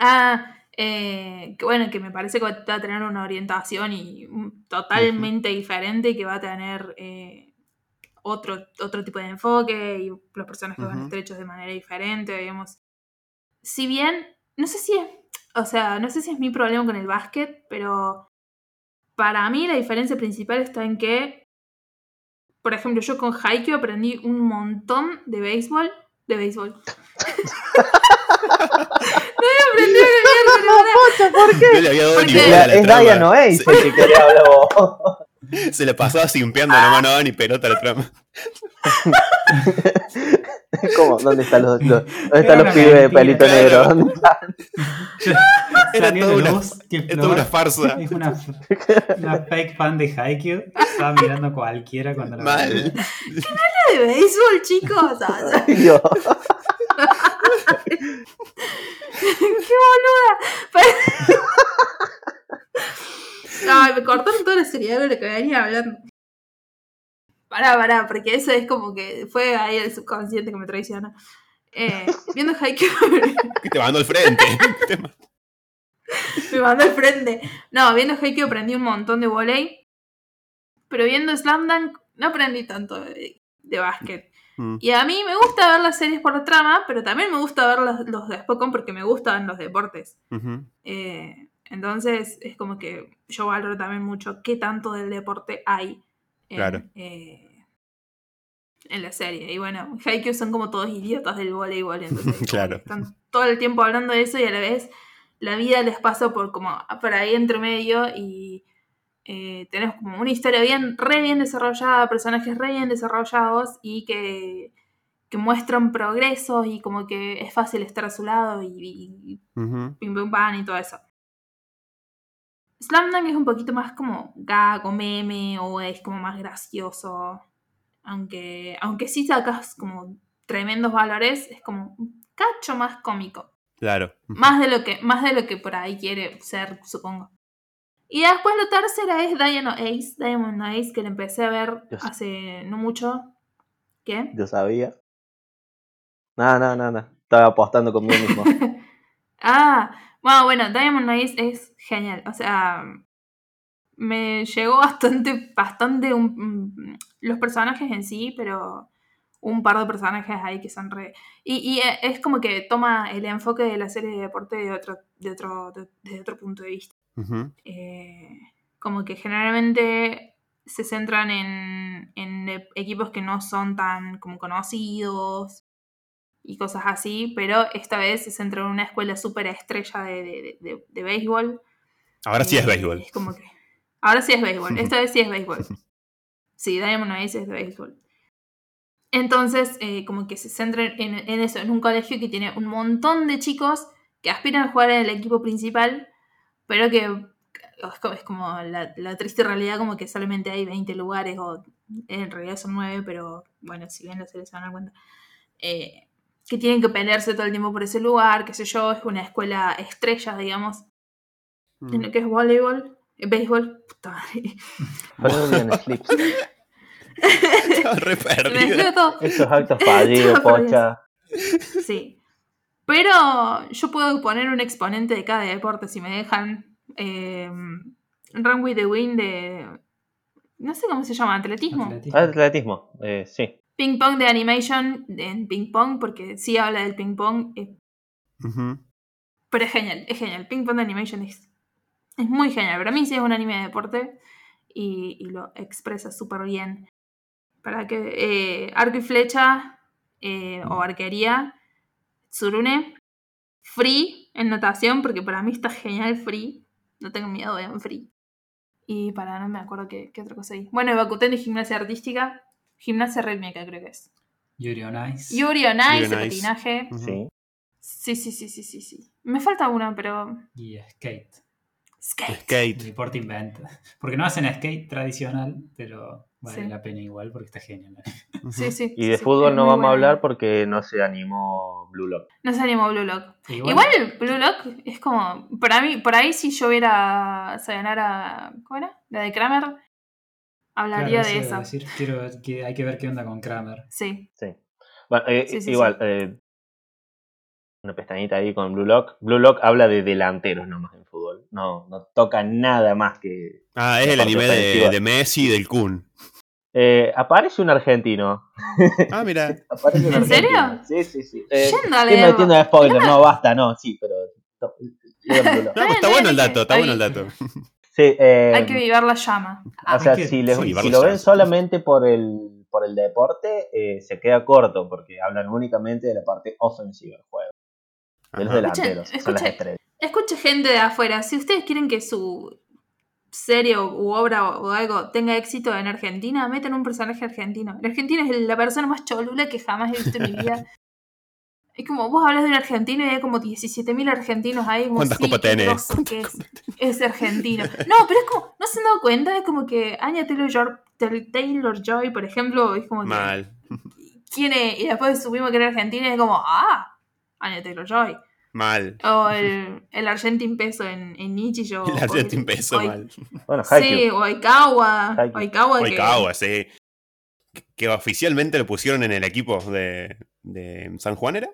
A: Ah, eh, que bueno, que me parece que va a tener una orientación y mm, totalmente diferente y que va a tener eh, otro, otro tipo de enfoque y los personajes van
B: Ujú.
A: estrechos de manera diferente, digamos. Si bien, no sé si es, o sea, no sé si es mi problema con el básquet, pero para mí la diferencia principal está en que, por ejemplo, yo con Haikyuu aprendí un montón de béisbol, de béisbol. no había aprendido una mierda, la verdad.
B: No le había dado ni
A: Porque-
B: bola a
C: Es
B: la
C: Diane
B: trama.
C: Oasis
B: Se,
C: que quería hablar vos.
B: se la pasaba simpeando, nomás no daba ni pelota a la trama.
C: ¿Cómo? ¿Dónde están los, los- dónde
D: Era
C: están
D: una
C: los pibes de
D: mentira,
C: pelito
B: claro.
C: negro? ¿Dónde están?
B: Era
D: Salió
B: toda
D: la
B: una-
D: luz, que
B: Es toda una
D: flor,
B: farsa.
D: es una, una fake fan de Haikyuu. Estaba mirando cualquiera cuando la
B: Mal.
D: veía.
A: de béisbol, chicos. Ah, ya.
C: Dios.
A: ¡Qué boluda! Ay, me cortaron toda la seriedad de lo que venía hablando. Pará, pará, porque eso es como que fue ahí el subconsciente que me traiciona. Eh, viendo Haikyuu
B: Que te mandó al frente. Te ma-
A: me mandó al frente. No, viendo Haikyuu aprendí un montón de volei. Pero viendo Slam Dunk no aprendí tanto de, de básquet.
B: Mm.
A: Y a mí me gusta ver las series por la trama, pero también me gusta ver los, los de Spokon porque me gustan los deportes.
B: Ujú.
A: Eh, entonces es como que yo valoro también mucho qué tanto del deporte hay en,
B: Claro.
A: eh, en la serie. Y bueno, Haikyuu son como todos idiotas del voleibol, entonces como que
B: Claro.
A: están todo el tiempo hablando de eso y a la vez la vida les pasa por como por ahí entre medio y eh, tenés como una historia bien, re bien desarrollada, personajes re bien desarrollados y que, que muestran progresos y como que es fácil estar a su lado y, y
B: Ujú.
A: pim pum pan y todo eso. Slam Dunk es un poquito más como gag o meme o es como más gracioso. Aunque, aunque sí sacas como tremendos valores, es como un cacho más cómico.
B: Claro.
A: Más de lo que, más de lo que por ahí quiere ser, supongo. Y después la tercera es Diamond Ace, Diamond Ace, que la empecé a ver
C: Dios.
A: hace no mucho. ¿Qué?
C: Yo sabía. No, no, no, no. Estaba apostando conmigo mismo.
A: Ah, bueno, bueno, Diamond Eyes es genial. O sea, me llegó bastante, bastante un- mm, los personajes en sí, pero un par de personajes ahí que son re. Y, y e- es como que toma el enfoque de la serie de deporte de otro, de otro, de- desde otro punto de vista.
B: Ujú.
A: Eh, como que generalmente se centran en, en e- equipos que no son tan como conocidos y cosas así, pero esta vez se centra en una escuela súper estrella de, de- de- de béisbol.
B: Ahora sí es
A: Eh,
B: béisbol.
A: Es como que... Ahora sí es béisbol, esta vez sí es béisbol. Sí, Diamond Eyes es de béisbol. Entonces, eh, como que se centra en, en eso, en un colegio que tiene un montón de chicos que aspiran a jugar en el equipo principal, pero que es como, es como la, la triste realidad, como que solamente hay 20 lugares, o en realidad son 9, pero bueno, si bien la serie se van a dar cuenta, eh, que tienen que pelearse todo el tiempo por ese lugar, qué sé yo, es una escuela estrella, digamos, en lo que es voleibol, eh, béisbol, puta madre.
C: Hollywood and Slips.
B: Estaba re
A: Se me
B: perdida.
A: mezcló todo.
C: Esos actos fallidos,
A: Estaba perdida.
C: pocha.
A: Sí. Pero yo puedo poner un exponente de cada deporte si me dejan. Eh, Run with the Wind de. No sé cómo se llama, atletismo.
D: Atletismo.
C: Ah, Atletismo, eh, sí.
A: Ping Pong de Animation en Ping Pong, porque sí habla del Ping Pong. eh,
B: Ujú.
A: pero es genial, es genial. Ping Pong de Animation es, es muy genial. Para mí sí es un anime de deporte y, y lo expresa súper bien. Para que eh, arco y flecha eh, o arquería, Tsurune, Free en notación, porque para mí está genial Free. No tengo miedo, vean Free. Y para no me acuerdo qué, qué otra cosa hay. Bueno, y Bakuten de gimnasia artística, gimnasia rítmica creo que es.
D: Yuri on Ice.
A: Yuri on Ice,
B: Yuri on Ice.
A: patinaje.
B: Ujú.
C: Sí.
A: Sí, sí, sí, sí, sí, sí. Me falta una, pero.
D: Y skate.
A: Skate.
B: Skate.
D: Deporte inventa. Porque no hacen skate tradicional, pero vale
A: Sí.
D: la pena igual porque está genial.
B: Ujú.
A: Sí, sí.
C: Y de
A: sí,
C: fútbol
A: es
C: no
A: muy
C: vamos a
A: bueno.
C: hablar porque no se animó Blue Lock.
A: No se animó Blue Lock.
D: E Igual,
A: Igual Blue Lock es como. Para mí, por ahí si yo viera Sayonara. ¿Cómo era? La de Kramer.
D: claro,
A: Hablaría
D: eso
A: de
D: iba a
A: esa.
D: decir. Quiero ver qué- hay que ver qué onda con Kramer.
A: Sí.
C: Sí. Bueno, eh,
A: Sí, sí,
C: igual,
A: sí.
C: eh, una pestañita ahí con Blue Lock. Blue Lock habla de delanteros nomás en fútbol. No, no toca nada más que.
B: Ah, es el
C: Parte
B: anime de,
C: ofensiva.
B: de Messi y del Kun.
C: Eh, aparece un argentino.
B: Ah, mira.
C: Aparece un
A: ¿En serio?
C: argentino. Sí, sí, sí. Eh,
A: Yendo a
C: estoy
A: leerlo.
C: metiendo spoiler, no, basta, no, sí, pero. to- lean Blue Lock.
B: No, pero está
A: no,
B: bueno el
A: dije,
B: dato, está
A: ahí.
B: bueno el dato.
C: Sí, eh,
A: Hay que vivir la llama.
C: O sea,
D: Hay que-
C: si, les-
B: sí,
C: si
B: varios
C: lo ven
B: chances.
C: solamente por el, por el deporte, eh, se queda corto, porque hablan únicamente de la parte ofensiva del juego. De los
B: Ajá.
C: delanteros,
A: Escuchen,
C: son las
A: escuchen.
C: estrellas.
A: Escuche gente de afuera. Si ustedes quieren que su serie o- u obra o, o algo tenga éxito en Argentina, metan un personaje argentino. El argentino es la persona más cholula que jamás he visto en mi vida. Es como vos hablas de un argentino y hay como 17.000 argentinos ahí. Como,
B: ¿Cuántas
A: sí,
B: copas
A: qué
B: tenés?
A: grosso
B: ¿Cuántas
A: que es, es argentino. No, pero es como, ¿no se han dado cuenta? Es como que Anya Taylor, Taylor Joy, por ejemplo, es como que.
B: Mal,
A: ¿Quién es? Y después supimos que era argentina y es como, ¡ah! Anya Taylor Joy.
B: mal.
A: O el, el Argentin peso en, en Nichijou.
B: El
A: o
B: Argentin peso,
A: o-
B: mal.
C: Bueno, Haikyuu.
A: Sí, o Aikawa.
C: Haikyuu.
A: Aikawa. que-
B: Oikawa, sí. Que oficialmente lo pusieron en el equipo de, de San Juan, ¿era?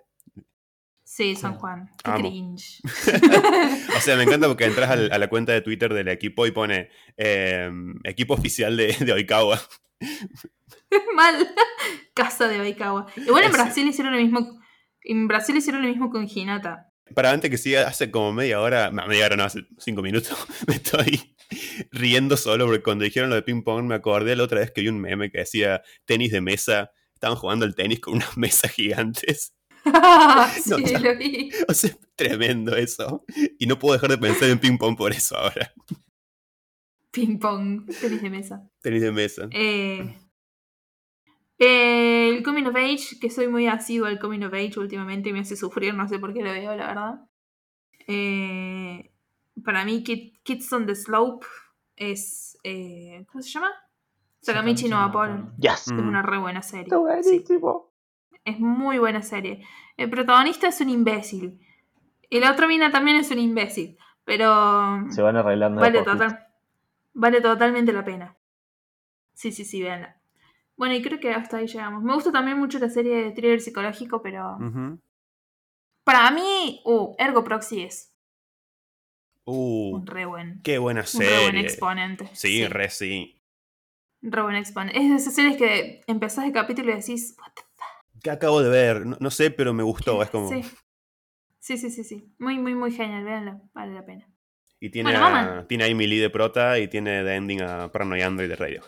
A: Sí, San Juan. Qué
B: Amo.
A: cringe.
B: O sea, me encanta porque entras al- a la cuenta de Twitter del equipo y pone eh, equipo oficial de, de Oikawa.
A: Mal. Casa de Aikawa. Igual en
B: Ese.
A: Brasil hicieron lo mismo. En Brasil hicieron lo mismo con Hinata.
B: Para antes que siga, hace como media hora, no, media hora no, hace cinco minutos, me estoy riendo solo porque cuando dijeron lo de ping pong me acordé la otra vez que vi un meme que decía tenis de mesa, estaban jugando al tenis con unas mesas gigantes.
A: sí,
B: No, ya.
A: lo vi.
B: O sea, es tremendo eso. Y no puedo dejar de pensar en ping pong por eso ahora.
A: Ping pong, tenis de mesa.
B: Tenis de mesa.
A: Eh, eh, el Coming of Age, que soy muy asiduo al Coming of Age últimamente y me hace sufrir, no sé por qué lo veo, la verdad. Eh, para mí, Kid- Kids on the Slope es. eh, ¿Cómo se llama? Sakamichi no Apollo.
C: Yes.
A: Es
B: Mm.
A: una re buena serie.
C: Está
A: sí.
C: buenísimo.
A: Es muy buena serie. El protagonista es un imbécil. El otro mina también es un imbécil. Pero
C: Se van arreglando. de
A: vale,
C: a poquito.
A: total, vale totalmente la pena. Sí, sí, sí, véanla. Bueno, y creo que hasta ahí llegamos. Me gusta también mucho la serie de thriller psicológico, pero
B: Ujú.
A: para mí, uh, Ergo Proxy es
B: Uh,
A: un re buen,
B: qué buena
A: un re buen
B: serie.
A: exponente.
B: sí, re sí.
A: re buen exponente. Es de esas series que empezás el capítulo y decís, "What the
B: ¿Qué acabo de ver? No, no sé, pero me gustó. Es como.
A: Sí. sí, sí, sí, sí. Muy, muy, muy genial. Véanla, vale la pila.
B: Y tiene,
A: Bueno,
B: a,
A: vamos.
B: tiene a Emily de Prota y tiene de ending a Paranoid Android de Radio.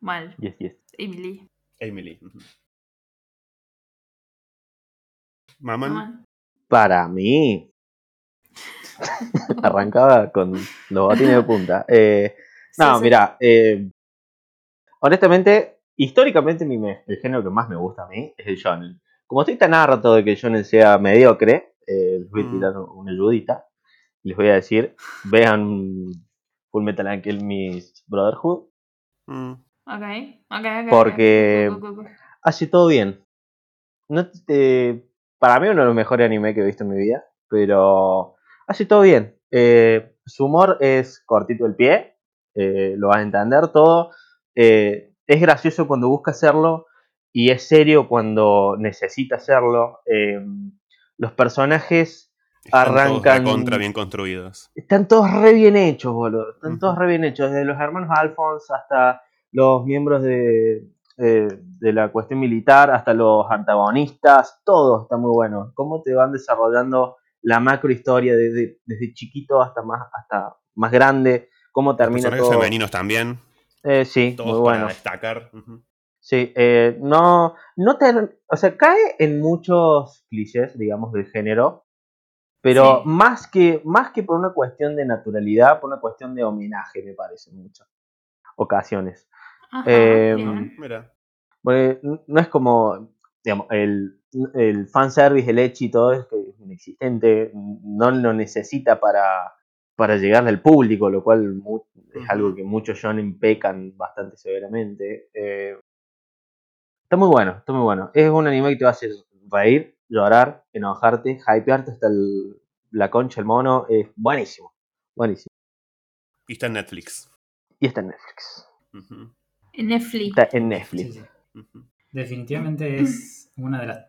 A: Mal,
C: Yes, yes.
A: Emily.
B: Emily. ujú. Maman.
A: Mal.
C: Para mí. Arrancaba con los botines de punta. Eh, no,
A: Sí, sí.
C: mira. eh, honestamente, históricamente mi me- el género que más me gusta a mí es el shonen. Como estoy tan harto de que el shonen sea mediocre, eh, les voy a
B: Mm.
C: tirar una ayudita. Les voy a decir, vean Full Metal Alchemist Brotherhood.
B: Mm.
A: Ok, ok, ok.
C: Porque-
A: ok, ok, ok, ok.
C: hace todo bien. No te- para mí uno de los mejores anime que he visto en mi vida, pero hace todo bien. Eh, su humor es cortito el pie, eh, lo vas a entender todo. Eh, es gracioso cuando busca hacerlo y es serio cuando necesita hacerlo. Eh, los personajes
B: Están
C: Arrancan-
B: contra bien construidos.
C: están todos re bien hechos, boludo. Están
B: Ujú.
C: todos re bien hechos. Desde los hermanos Alphonse hasta los miembros de, eh, de la cuestión militar, hasta los antagonistas. Todo está muy bueno. Cómo te van desarrollando la macro historia desde, desde chiquito hasta más, hasta más grande. Cómo
B: Los
C: termina
B: personajes
C: todo.
B: femeninos también.
C: Eh, sí,
B: Todos
C: muy
B: para
C: bueno.
B: destacar. Ujú.
C: Sí, eh, no, no te, o sea, cae en muchos clichés, digamos, del género, pero
A: Sí.
C: más, que, más que por una cuestión de naturalidad, por una cuestión de homenaje, me parece, en muchas ocasiones.
A: Ajá,
C: Eh,
A: bien.
B: Mira.
C: Porque n- no es como, digamos, el, el fanservice, el echi y todo es que es inexistente, no lo necesita para, para llegarle al público, lo cual mu- es
B: Ujú.
C: algo que muchos shonen pecan bastante severamente. Eh, está muy bueno, está muy bueno. Es un anime que te va a hacer reír, llorar, enojarte, hypearte hasta el- la concha, el mono. Es buenísimo, buenísimo.
B: Y está en Netflix.
C: Y está en Netflix.
B: Ujú.
A: En Netflix.
C: Está en
D: Sí,
C: Netflix.
D: sí.
B: Ujú.
D: Definitivamente es una de las,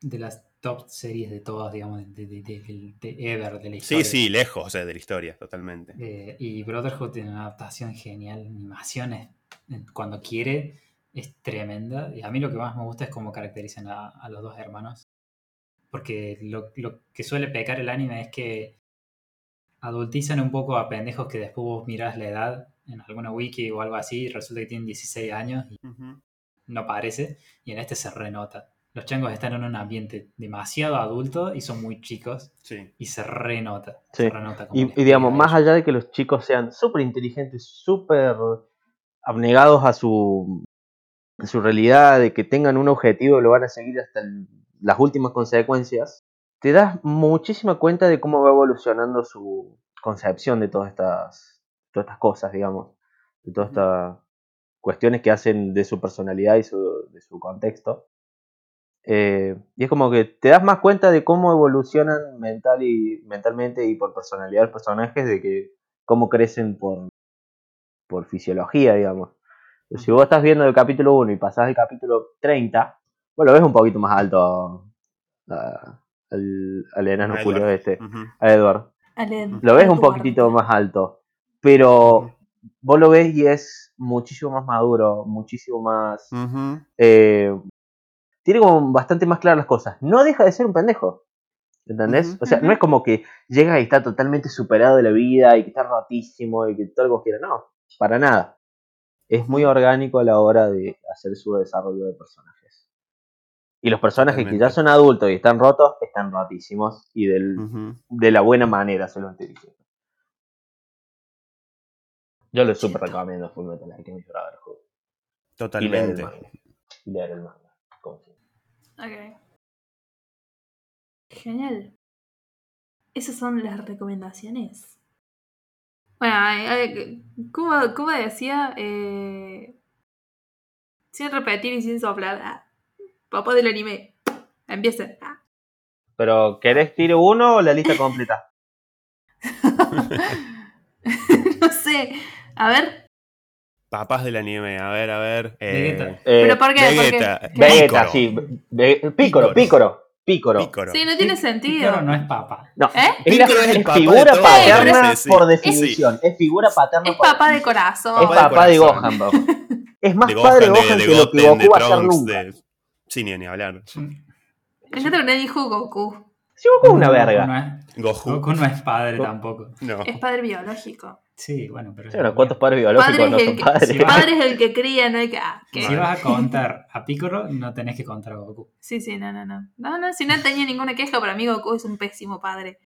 D: de las top series de todas, digamos, de, de, de- de- de Ever, de la
B: Sí,
D: historia.
B: sí, lejos o sea, de la historia, totalmente.
D: Eh, y Brotherhood tiene una adaptación genial, animaciones eh, cuando quiere es tremenda. Y a mí lo que más me gusta es cómo caracterizan a, a los dos hermanos. Porque lo, lo que suele pecar el anime es que adultizan un poco a pendejos que después vos mirás la edad en alguna wiki o algo así y resulta que tienen 16 años y
B: Ujú.
D: no parece. Y en este se renota. Los changos están en un ambiente demasiado adulto y son muy chicos
B: Sí.
D: y se renota.
C: Sí.
D: Se renota como
C: Y,
D: les
C: y digamos,
D: pega a
C: más
D: ellos.
C: allá de que los chicos sean súper inteligentes, súper abnegados a su, a su realidad, de que tengan un objetivo y lo van a seguir hasta el- las últimas consecuencias, te das muchísima cuenta de cómo va evolucionando su concepción de todas estas, todas estas cosas, digamos, de todas
B: Ujú.
C: estas cuestiones que hacen de su personalidad y su- de su contexto. Eh, y es como que te das más cuenta de cómo evolucionan mental y, mentalmente y por personalidad los personajes, de que cómo crecen por, por fisiología, digamos. Pero Si
B: Ujú.
C: vos estás viendo el capítulo 1 y pasás al capítulo 30, vos lo ves un poquito más alto a- al, al enano
B: A
C: Julio
B: Edward.
C: este,
B: Ujú.
C: a Edward.
A: Ale-
B: Lo
C: Lo ves un
A: Eduardo.
C: poquitito más alto, pero
B: Ujú.
C: vos lo ves y es muchísimo más maduro, muchísimo más
B: Ujú.
C: eh, tiene como bastante más claras las cosas. No deja de ser un pendejo. ¿Entendés?
B: Ujú.
C: O sea, no es como que llega y está totalmente superado de la vida y que está rotísimo y que todo lo que quiera. No, para nada. Es muy
B: Ujú.
C: orgánico a la hora de hacer su desarrollo de personajes. Y los personajes que ya
B: Totalmente.
C: son adultos y están rotos, están rotísimos y del,
B: Ujú.
C: de la buena manera se los utiliza. Yo le súper recomiendo Full Metal Alchemist Brotherhood. Y leer el
B: Totalmente.
C: manga. Y leer el manga. confío.
A: Ok. Genial. Esas son las recomendaciones. Bueno, ay, ay, como, como decía, eh, sin repetir y sin soplar, ah, papá del anime, empieza. ah.
C: Pero, ¿querés tiro uno o la lista completa?
A: no sé, a ver,
B: Papás del anime, a ver, a ver. Eh,
D: Vegeta.
C: Eh,
A: pero ¿por qué?
B: Vegeta.
A: ¿Por qué?
B: Ve-
C: Vegeta,
B: Pícoro.
C: sí. Ve- eh, Pícoro,
B: Pícoro.
C: pícoro, pícoro.
B: Pícoro.
A: Sí, no tiene
D: Pi-
A: sentido.
D: Picoro no es papa.
C: No,
A: ¿Eh?
C: es, la-
B: Pícoro es el
C: es
B: papá de
C: figura
B: todos,
C: paterna
B: parece, sí.
C: por
B: Es-
C: definición. Es figura paterna
A: es
C: por
A: papá de
C: Es
A: corazón.
B: Papá de
C: papá de
B: corazón.
C: Gohan, bro. Es más
B: de
C: padre
B: Gohan,
C: Gohan,
B: de, de
C: que lo que
B: Goten, de
C: Goku va a ser
B: Trunks,
C: nunca.
B: de... Sí, ni, ni hablar.
A: Me encanta que nadie dijo Goku.
C: Si Goku es una
D: Goku
C: verga.
D: no es,
B: Goku.
D: Goku no es padre
C: Goku-
D: tampoco.
B: No.
A: Es padre biológico.
D: Sí, bueno, pero.
C: Sí, bueno, ¿cuántos padres biológicos
A: Padre
C: no
A: es
C: son
A: el que,
C: padres?
D: Sí,
A: padre es el que cría, no el que. Ah, ¿qué?
D: Si vas a contar a Piccolo, no tenés que contar a Goku.
A: Sí, sí, no, no, no. No, no, si no tenía ninguna queja, para mí Goku es un pésimo padre.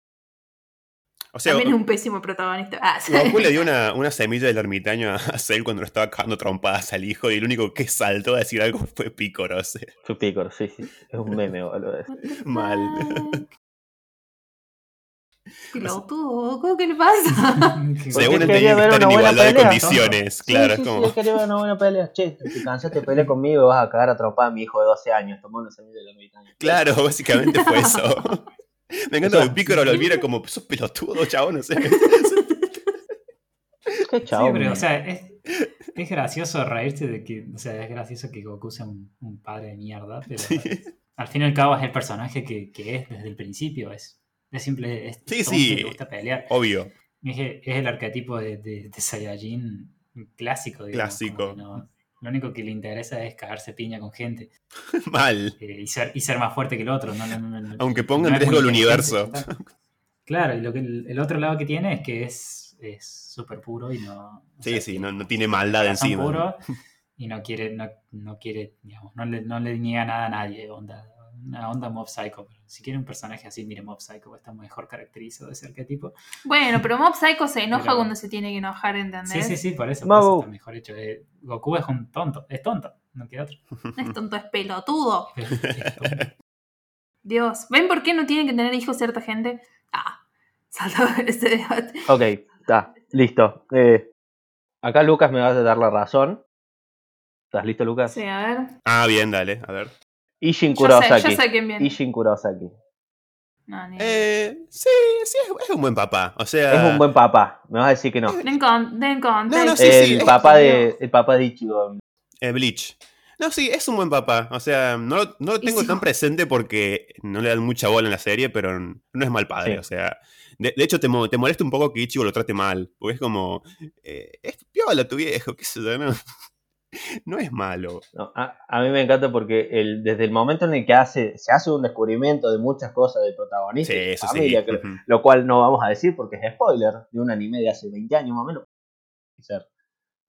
B: O sea,
A: También es un pésimo protagonista. Ah, sí.
B: Goku le dio una, una semilla del ermitaño a- a Cell cuando lo estaba cagando trompadas al hijo y el único que saltó a decir algo fue Pícoro. o sea,
C: Fue Pícoro, sí, sí. Es un meme, boludo.
B: mal.
A: Pilotudo, Goku, ¿qué le pasa?
D: Que
C: Según
B: Según él
D: Goku-
B: tenía
C: quería
B: que
C: ver
B: estar en
C: una buena
B: igualdad de
C: pelea,
B: condiciones, claro.
C: sí,
B: es
C: sí,
B: como...
C: sí, yo quería ver una buena pelea. Che, te cansaste de pelear conmigo, vas a cagar atropada a mi hijo de 12 años. Tomó una semilla de la mitad.
B: Claro, básicamente fue eso. Me encanta
C: O sea,
B: que Pícoro lo viera como, sos pelotudo, chabón, no sé.
C: Qué
D: Sí,
C: chavo.
D: pero, o sea, es, es gracioso reírse de que. O sea, es gracioso que Goku sea un, un padre de mierda, pero. Al fin y al cabo es el personaje que, que es desde el principio. Es, es simple. Es,
B: Sí,
D: es un
B: sí.
D: que le gusta pelear.
B: Obvio.
D: Es el, es el arquetipo de, de, de Saiyajin clásico, digamos. como
B: Clásico.
D: que no- lo único que le interesa es cagarse piña con gente
B: Mal.
D: eh, y, ser, y ser más fuerte que el otro. no- no- no- no-
B: Aunque ponga en
D: no es muy
B: riesgo el
D: inteligente,
B: universo.
D: ya está. Claro, y lo que el, el otro lado que tiene es que es es súper puro y no. o
B: Sí,
D: sea,
B: sí, no,
D: tiene
B: no tiene maldad
D: corazón
B: encima.
D: puro y no quiere, no, no quiere, digamos, no le, no le niega nada a nadie. Onda, una onda Mob Psycho. Pero si quiere un personaje así, mire Mob Psycho, está mejor caracterizado ese arquetipo.
A: bueno, pero Mob Psycho se enoja
D: Pero-
A: cuando se tiene que enojar, ¿entendés?
D: Sí, sí, sí, por eso, por
C: Mabu.
D: eso está mejor hecho. Eh, Goku es un tonto, es tonto, no queda otro.
A: No es tonto, es pelotudo.
D: Es tonto.
A: Dios, ¿ven por qué no tienen que tener hijos cierta gente? Ah, saltaba ese debate.
C: Ok, está, listo. Eh, acá Lucas me va a dar la razón. ¿Estás listo, Lucas?
A: Sí, a ver.
B: Ah, bien, dale, a ver.
C: Ishin
A: Yo sé,
C: Kurosaki.
A: yo sé quién viene.
C: Ishin Kurosaki.
A: No, ni idea.
B: Eh, sí, sí, es, es un buen papá. O sea.
C: Es un buen papá. Me vas a decir que no.
A: Den, con, den contexto.
B: No, no, sí,
C: el,
B: sí, es-
C: papá de, el papá de Ichigo.
B: eh, Bleach. No, sí, es un buen papá. O sea, no, lo- no lo tengo
A: sí.
B: tan presente porque no le dan mucha bola en la serie, pero n- no es mal padre.
C: Sí.
B: O sea, de, de hecho, te, mo- te molesta un poco que Ichigo lo trate mal. Porque es como. Eh, es piola tu viejo, qué sé yo, no, no es malo.
C: No, a, a mí me encanta porque el, desde el momento en el que hace, se hace un descubrimiento de muchas cosas del protagonista
B: Sí,
C: y su
B: eso sí.
C: familia, que-
B: ujú.
C: lo cual no vamos a decir porque es spoiler de un anime de hace 20 años más o menos. Ser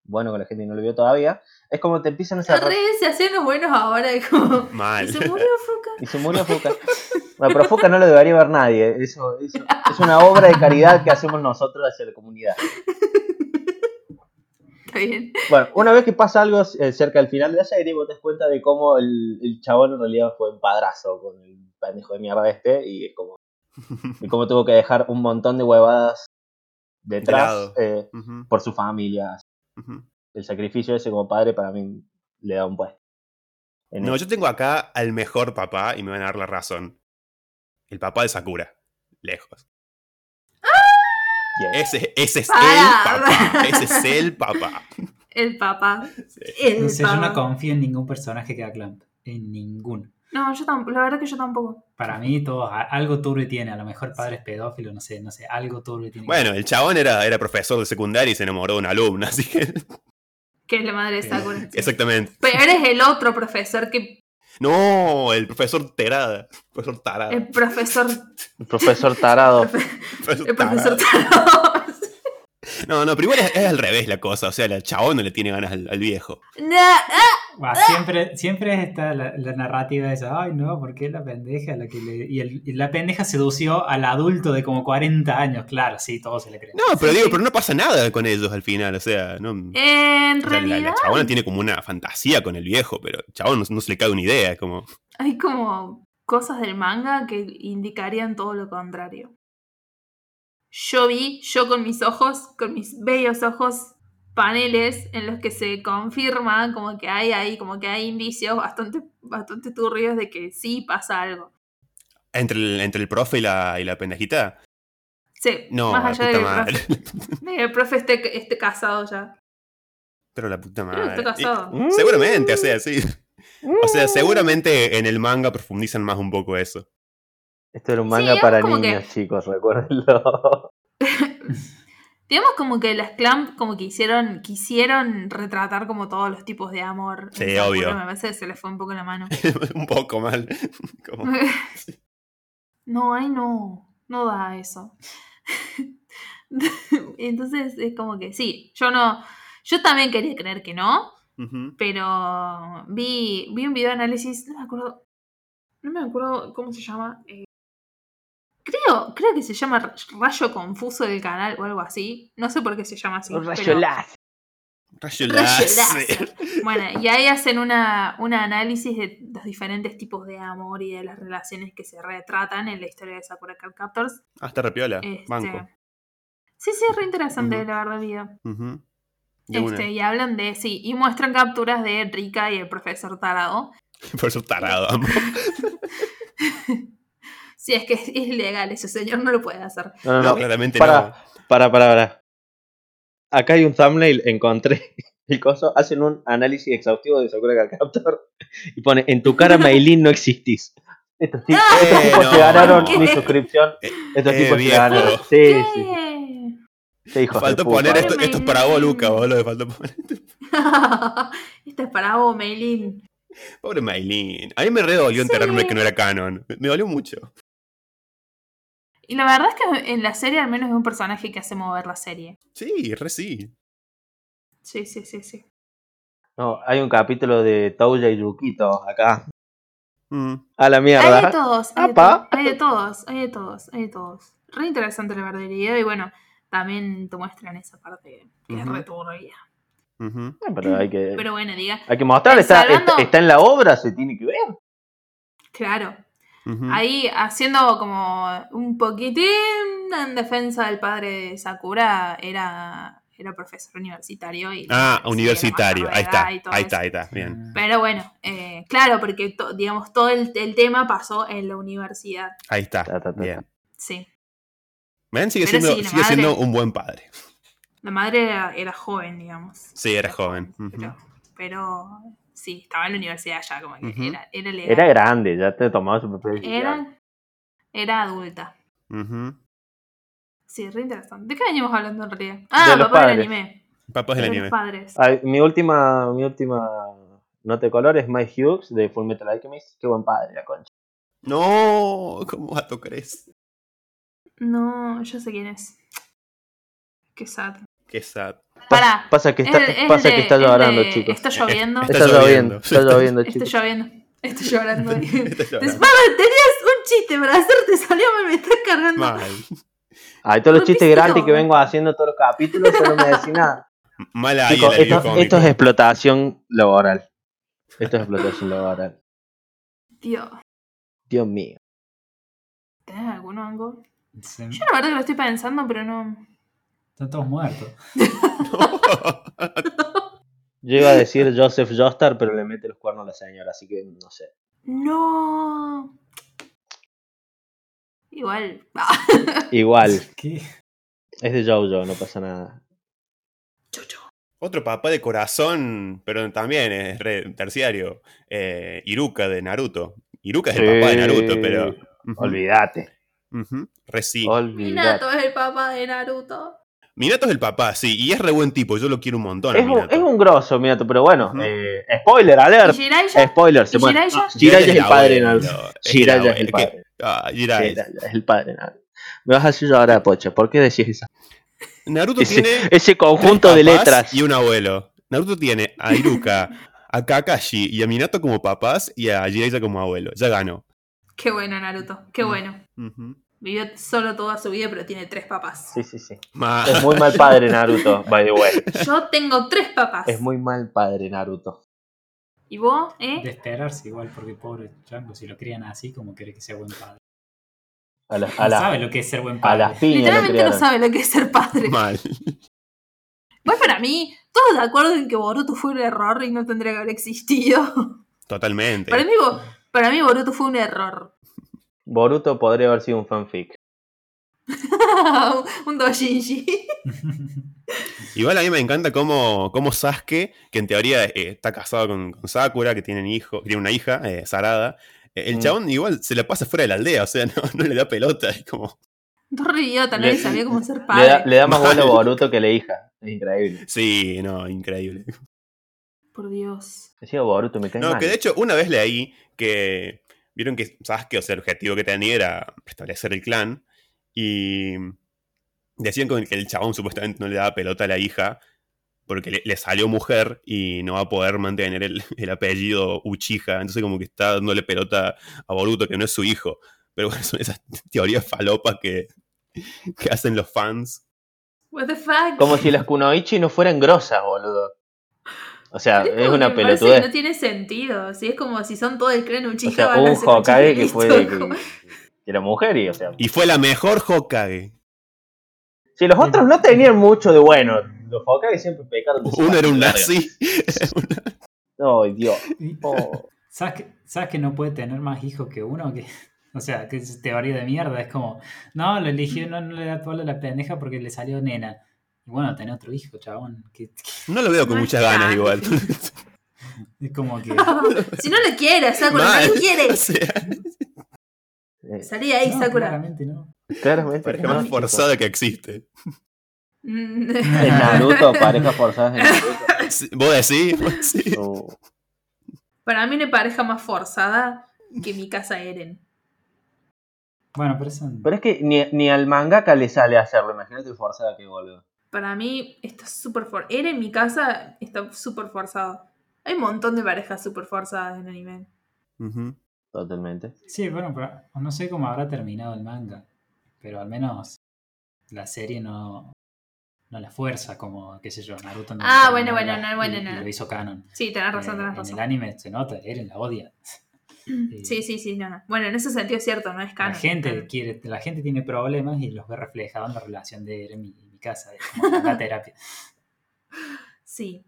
C: bueno que la gente no lo vio todavía. Es como te empiezan a cerrar.
A: Re, se hacían los buenos ahora. y Como...
B: Mal.
A: ¿Se murió Fuca?
C: Y se murió Fuca. Bueno, pero Fuca no lo debería ver nadie. Eso, eso- es una obra de caridad que hacemos nosotros hacia la comunidad.
A: Está bien.
C: Bueno, una vez que pasa algo eh, cerca del final de la serie, vos te das cuenta de cómo el, el chabón en realidad fue un padrazo con el pendejo de mierda este y es como y cómo tuvo que dejar un montón de huevadas detrás
B: lado.
C: eh,
B: Ujú,
C: por su familia.
B: ujú.
C: El sacrificio ese como padre para mí le da un puesto. En
B: No, yo tengo acá al mejor papá y me van a dar la razón. El papá de Sakura. Lejos.
C: Yes.
B: Ese, ese es
A: Pará.
B: el papá. Ese es el papá.
A: El papá.
B: Sí.
A: El
D: No sé, yo no
A: papá.
D: confío en ningún personaje que haga Clamp, en ninguno.
A: No, yo tampoco. La verdad que yo tampoco.
D: Para mí todo, a- algo turbio tiene, a lo mejor padre es pedófilo, no sé, no sé, algo turbio tiene. que-
B: Bueno, el chabón era, era profesor de secundaria y se enamoró de una alumna, así que.
A: Que es la madre de
D: Sí.
A: Sakura. sí.
B: Exactamente.
A: Pero eres el otro profesor que.
B: No, el profesor Terada. Profesor Tarada.
A: El profesor.
C: El profesor
B: Oh,
C: tarado.
B: profesor
A: El profesor
B: Tarada.
A: Thanos.
B: No, no, pero igual es, es al revés la cosa. O sea, el chabón no le tiene ganas al, al viejo.
A: No, ah,
D: Bah, siempre, siempre está la, la narrativa esa, ay no, porque la pendeja la que le... Y, el- y la pendeja sedució al adulto de como 40 años, claro, sí, todo se le cree.
B: No, pero digo, pero no pasa nada con ellos al final, o sea, no...
A: En
B: o sea, la,
A: realidad,
B: la chabona tiene como una fantasía con el viejo, pero el chabón no, no se le cae una idea, es como...
A: hay como cosas del manga que indicarían todo lo contrario. Yo vi, yo con mis ojos, con mis bellos ojos, paneles en los que se confirma como que hay ahí, como que hay indicios bastante, bastante turbios de que sí pasa algo.
B: Entre el, entre el profe y la, y la pendejita.
A: Sí,
B: No,
A: más allá
B: la
A: de
B: puta
A: que el
B: madre.
A: profe, de que el profe esté, esté casado ya.
B: Pero la puta
A: Creo que
B: madre.
A: está casado.
C: Mm.
B: Y- seguramente, o sea, sí. O sea, seguramente en el manga profundizan más un poco eso.
C: Esto era un
A: Sí,
C: manga
A: es
C: para
A: como que-
C: niños, chicos, recuérdenlo.
A: Digamos como que las clamp como que hicieron, quisieron retratar como todos los tipos de amor.
B: Sí,
A: En Sakura,
B: obvio.
A: Me parece que se les fue un poco la mano.
B: un poco mal. Como-
A: no, ay no, no da eso. Entonces es como que sí, yo no, yo también quería creer que no,
B: Ujú.
A: pero vi, vi un video de análisis, no me acuerdo, no me acuerdo cómo se llama. eh, creo, creo que se llama Rayo Confuso del canal o algo así. No sé por qué se llama así.
C: Un rayo
A: pero-
C: láser.
B: Rayo
A: Rayo
B: láser.
A: láser. Bueno, y ahí hacen una, un análisis de los diferentes tipos de amor y de las relaciones que se retratan en la historia de Sakura Card Captors.
B: Ah, está repiola.
A: Este,
B: Banco.
A: Sí, sí, es re interesante,
B: Ujú.
A: la verdad, vida.
B: Ujú. De una.
A: Este, y hablan de, sí, y muestran capturas de Rika y el profesor Tarado.
B: Por eso tarado, amo.
A: Si es que es ilegal, ese señor no lo puede hacer.
C: No, no,
B: No,
C: no.
B: claramente no.
C: Para, para, para, para. Acá hay un thumbnail, encontré el coso. Hacen un análisis exhaustivo de Sakura Card Captor y pone: En tu cara, Maylin, no existís. Estos, ti-
A: Ah,
C: estos tipos
B: no.
C: se ganaron
A: ¿Por qué?
C: mi suscripción.
B: Eh,
C: Estos
B: eh,
C: tipos se
B: viejo.
C: ganaron. Sí,
A: ¿Qué?
C: sí. sí hijos de
B: Faltó
C: puta.
B: poner este- esto,
A: Pobre
B: esto es para vos,
A: Maylin.
B: Luca, boludo. le Faltó poner.
A: Esta es para vos, Meilin.
B: Pobre Maylin. A mí me re dolió enterarme
A: Sí.
B: que no era canon. Me dolió mucho.
A: Y la verdad es que en la serie al menos es un personaje que hace mover la serie.
B: Sí, re sí.
A: Sí, sí, sí, sí.
C: No, hay un capítulo de Touya y Yukito acá.
B: Mm.
C: A la
A: Hay de
C: mierda.
A: todos, hay de,
C: Apa.
A: to- hay de todos, hay de todos, hay de todos. Re interesante la verdad del video y bueno, también te muestran esa parte que es
B: Ujú.
A: re turbia.
B: Ujú.
C: Eh, Pero hay que,
A: Pero bueno, diga,
C: hay que mostrar, está,
A: Salvando-
C: está- está en la obra, se tiene que ver.
A: claro,
B: Ujú.
A: ahí haciendo como un poquitín en defensa del padre de Sakura, era, era profesor universitario. Y
B: Ah,
A: sí, era
B: universitario.
A: mayor de
B: Ahí está.
A: edad y todo
B: Ahí
A: eso.
B: está, ahí está.
D: Mm,
B: Bien.
A: Pero bueno, eh, claro, porque to- digamos todo el, el tema pasó en la universidad,
B: Ahí está.
C: Ta, ta, ta,
B: Bien.
A: sí.
B: Man sigue,
A: Pero
B: siendo,
A: sí, la
B: sigue siendo
A: madre.
B: un buen padre.
A: La madre era, era joven, digamos.
B: Sí, era joven. Ujú.
A: Pero, pero sí, estaba en la universidad ya, como que
B: Ujú.
A: era, era legal.
C: Era grande, ya te tomaba su papel. de guión.
A: Era- era adulta.
B: Ujú.
A: Sí, re interesante. ¿De qué venimos hablando en realidad? Ah,
C: los
A: papá del
C: padres.
A: anime.
B: Papás del
A: de
B: anime.
A: los padres.
C: Ay, mi última, mi última nota de color es Mike Hughes de Full Metal Alchemist. Qué buen padre, la concha.
B: No, ¿cómo vas a tocar eso?
A: No, yo sé quién es. Qué sad.
B: Qué sad.
A: Pará.
C: Pasa que está,
A: es el- es
C: pasa
A: el
C: que
A: de-
C: está
A: el de-
C: llorando, chicos.
A: Está lloviendo.
B: Está
C: Está,
B: lloviendo.
C: lloviendo, está lloviendo,
A: Está
C: chicos.
A: lloviendo. Está llorando. Entonces,
B: Está llorando.
A: Pablo, tenías un chiste para hacerte, salió, me estás cargando.
B: Mal.
C: Ay, todos
A: ¿Por
C: los
A: qué
C: chistes
A: se
C: gratis que
A: llora?
C: vengo haciendo todos los capítulos, pero no me decís nada.
B: Mal ahí
C: Chicos,
B: el alivio
C: esto,
B: cómico.
C: esto es explotación laboral. Esto es explotación laboral.
A: Tío,
C: Dios mío.
A: ¿tenés algún hongo?
D: Se-
A: Yo la verdad que lo estoy pensando, pero no.
D: están todos muertos.
C: Yo iba a decir Joseph Joestar, pero le mete los cuernos a la señora, así que no sé.
A: No. Igual.
C: Igual,
D: ¿Qué?
C: es de Jojo, no pasa nada.
A: Chucho.
B: Otro papá de corazón, pero también es re- terciario. Eh, Iruka de Naruto. Iruka es el papá de Naruto, pero. Ujú.
C: Olvídate.
B: Ujú. Re sí.
C: Olvídate.
A: Minato es el papá de Naruto.
B: Minato es el papá, sí, y es re buen tipo. Yo lo quiero un montón. a
C: Es un,
B: Minato.
C: es un grosso, Minato, pero bueno.
B: Ujú.
C: eh, spoiler, alert.
A: ¿Y Jiraiya?
C: Spoiler, se
A: ¿Y
C: muere.
A: Jiraiya?
C: No, Jiraiya es el padre de
B: abuelo,
C: Naruto.
B: es
C: Jiraiya es el
B: abuelo, que-
C: padre.
B: Ah, Jiraiya.
C: Jiraiya es el padre de Naruto. Me vas a hacer llorar, Pocha. ¿Por qué decís eso?
B: Naruto
C: Ese,
B: tiene
C: ese
B: tres
C: conjunto de
B: papás
C: letras.
B: y un abuelo. Naruto tiene a Iruka, a Kakashi y a Minato como papás y a Jiraiya como abuelo. Ya ganó.
A: Qué bueno, Naruto.
C: Mm.
A: Qué bueno.
B: Ujú.
A: Vivió solo toda su vida, pero tiene tres papás.
C: Sí, sí, sí.
B: Ma-
C: Es muy mal padre Naruto, by the way.
A: Yo tengo tres papás.
C: Es muy mal padre Naruto.
A: ¿Y vos,
D: De
A: eh?
D: esperarse igual, porque pobre Chango, si lo crían así, como quiere que sea buen padre.
C: A, la-
D: No
C: a la-
D: sabe lo que es ser buen
C: a
D: padre.
C: las piñas lo
A: Literalmente no
C: criaron.
A: sabe lo que es ser padre.
B: Mal.
A: Pues para mí, todos de acuerdo en que Boruto fue un error y no tendría que haber existido.
B: Totalmente.
A: Para, mí, Bo- para mí, Boruto fue un error.
C: Boruto podría haber sido un fanfic.
A: un doujinshi.
B: Igual a mí me encanta cómo, cómo Sasuke, que en teoría eh, está casado con, con Sakura, que tienen hijo, que tiene una hija, eh, Sarada. eh, el
C: Mm.
B: chabón igual se la pasa fuera de la aldea, o sea, no, no le da pelota. Es como,
A: Un re idiota,
C: Le-
A: nadie sabía cómo ser
C: Le da,
A: padre.
C: le da más vuelo a Boruto que la hija. Es increíble.
B: sí, no, increíble.
A: Por Dios.
C: Decía Boruto, me cae
B: No,
C: mal.
B: que de hecho una vez leí que vieron que Sasuke, o sea, el objetivo que tenía era restablecer el clan y decían con que el chabón supuestamente no le daba pelota a la hija porque le, le salió mujer y no va a poder mantener el, el apellido Uchiha, entonces como que está dándole pelota a Boruto, que no es su hijo. Pero bueno, son esas teorías falopas que, que hacen los fans.
A: What the fuck?
C: Como si las Kunoichi no fueran grosas, boludo. O sea,
A: Pero
C: es
A: como
C: una
A: que me parece que
C: pelotudez.
A: No tiene sentido. Si es como si son todo el clan Uchiha.
C: O sea,
A: van a
C: hubo un
A: ser Uchiha
C: Hokage
A: y
C: que
A: listo.
C: fue de que, que era mujer y, o sea...
B: Y fue la mejor Hokage.
C: Si los otros no tenían mucho de bueno, los Hokage siempre pecaron de su
B: Uno era un
C: larga.
B: nazi.
C: No, Dios.
D: Y-
C: Oh.
D: ¿Sabes que, sabes que no puede tener más hijos que uno? Que, o sea, que es teoría de mierda. Es como, no, lo eligió, no, no le da toda la pendeja porque le salió nena. Y bueno, tener otro hijo, chabón. Que, que-
B: No lo veo con
A: No
B: muchas
A: está.
B: ganas igual.
D: es como que.
A: si no lo quiere, Sakura,
B: Mal.
A: no lo Ah, quiere.
B: O sea,
C: Eh,
A: Salí de ahí,
D: no,
A: Sakura.
D: claramente no.
C: Claramente.
B: Pareja
C: no,
B: más
C: chicos.
B: forzada que existe.
A: Mm.
C: En Naruto, pareja forzada. en Naruto.
B: Sí, ¿Vos decís? ¿Vos decís?
C: Oh.
A: Para mí, una pareja más forzada que mi casa Eren.
D: Bueno, pero eso.
C: Pero es que ni, ni al mangaka le sale hacerlo. Imagínate forzada que boludo.
A: Para mí está súper forzado. Eren, mi casa, está súper forzado. Hay un montón de parejas súper forzadas en anime.
B: Ujú.
C: Totalmente.
D: Sí, bueno, pero no sé cómo habrá terminado el manga. Pero al menos la serie no. No la fuerza, como, qué sé yo, Naruto. no
A: Ah, bueno,
D: terminó
A: bueno,
D: la-
A: no, bueno,
D: y- y
A: no.
D: Lo hizo canon.
A: Sí, tenés razón,
D: Eh,
A: tenés
D: en el
A: razón.
D: anime se nota, Eren la odia.
A: Sí, sí, sí, no, no. Bueno, en ese sentido es cierto, no es canon.
D: la gente quiere, la gente tiene problemas y los ve reflejados en la relación de Eren y, y mi casa, es como la terapia.
A: Sí.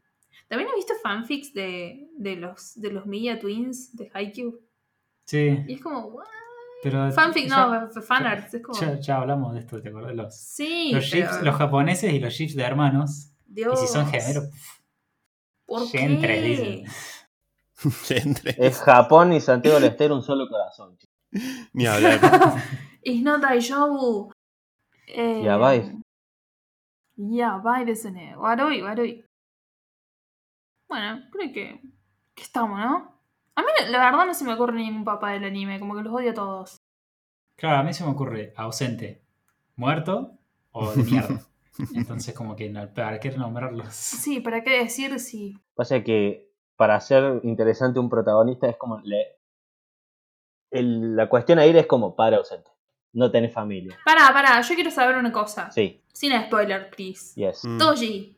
A: También he visto fanfics de, de los de los Milla Twins de Haikyuu.
D: Sí,
A: Y es como, ¿what?
D: pero
A: Fanfic,
D: Ah, ya,
A: no, fanarts. Es como.
D: ya, ya hablamos de esto, ¿te acuerdas? Los,
A: Sí,
D: los,
A: pero,
D: ships- los japoneses y los ships de hermanos.
A: Dios.
D: Y si son gemelos, pf,
A: ¿por qué?
D: gentres, dicen.
B: Entre-
C: Es Japón y Santiago del Estero un solo corazón. chicos.
B: Ni hablar.
A: It's not daijoubu. Eh,
C: Yabai.
A: Yabai desu ne. eh, Waroi, waroi. Bueno, creo que, que estamos, ¿no? A mí la- la verdad no se me ocurre ningún papá del anime, como que los odio a todos.
D: Claro, a mí se me ocurre ausente, muerto o de mierda. Entonces, como que no, para qué nombrarlos.
A: Sí, ¿para qué decir si
C: Pasa que para ser interesante un protagonista es como. Le, el- la cuestión ahí es como para ausente. No tenés familia.
A: Pará, pará, yo quiero saber una cosa.
C: Sí,
A: Sin spoiler, please.
C: yes.
B: Mm.
A: Toji.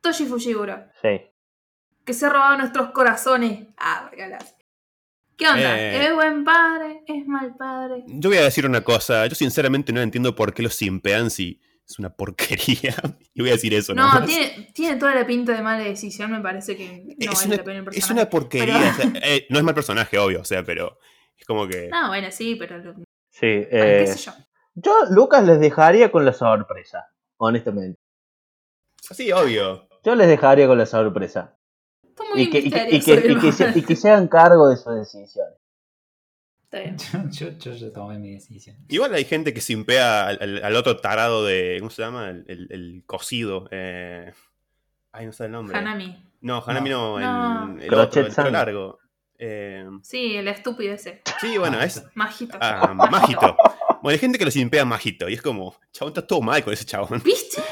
A: Toji Fujiwara.
C: Sí.
A: Que se ha robado nuestros corazones. Ah, regalas. ¿Qué onda?
B: Eh.
A: ¿Es buen padre? ¿Es mal padre?
B: Yo voy a decir una cosa. Yo sinceramente no entiendo por qué los simpean si es una porquería. Y voy a decir eso.
A: No,
B: nomás.
A: tiene, tiene toda la pinta de mala decisión, me parece que no
B: es,
A: vale
B: una,
A: la pena el
B: es
A: personaje.
B: una porquería. o sea, eh, no es mal personaje, obvio, o sea, pero es como que.
A: No, bueno, sí, pero lo-
C: Sí.
A: bueno,
C: eh,
A: qué sé yo.
C: yo, Lucas, les dejaría con la sorpresa. Honestamente.
B: Sí, obvio.
C: Yo les dejaría con la sorpresa.
A: Está muy
C: Y que, y, que, y,
A: misterioso el
C: que, y que se,
A: lugar.
C: y que se hagan cargo de sus decisiones.
A: Está bien.
D: Yo, yo, yo ya tomé mi decisión.
B: Igual hay gente que simpea al, al- al otro tarado de. ¿Cómo se llama? El, el- el cocido. eh, Ay, no sé el nombre.
A: Hanami.
B: No, Hanami no,
A: No.
B: el, el otro,
C: Crochet
B: el pelo
C: Sam.
B: largo. Eh,
A: Sí, el estúpido ese.
B: sí, bueno,
D: Ah,
B: es
A: Majito.
B: ah, Majito. Bueno, hay gente que lo simpea Majito y es como, chabón, está todo mal con ese chabón.
A: ¿Viste? ¿Viste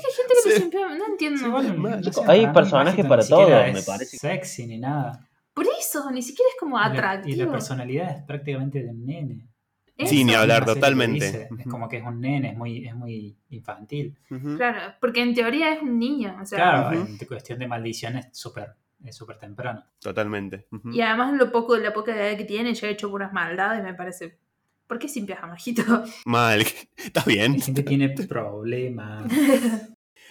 A: que hay gente que
B: Sí.
A: lo siempre... No entiendo.
D: Sí, bueno, no
B: Hay
D: sé, para mí
C: personajes
D: Magneto
C: para
D: ni siquiera
C: todos,
D: es
C: me parece.
D: Sexy ni nada.
A: Por eso, ni siquiera es como
D: Y la- Y la,
A: atractivo.
D: personalidad es prácticamente de un nene.
A: Eso.
B: Sí, ni
D: Es
B: hablar,
D: una serie que
B: totalmente.
D: dice, Es
B: Ujú.
D: como que es un nene, es muy, es muy infantil.
B: Ujú.
A: Claro, porque en teoría es un niño. O sea,
D: Claro,
B: ujú.
D: en cuestión de maldición es súper es súper temprano.
B: Totalmente. Ujú.
A: Y además lo poco, la poca edad que tiene, ya ha hecho puras maldades, me parece. ¿Por qué sin pijamajito?
B: Mal. Está
D: La
B: bien.
D: gente tiene problemas.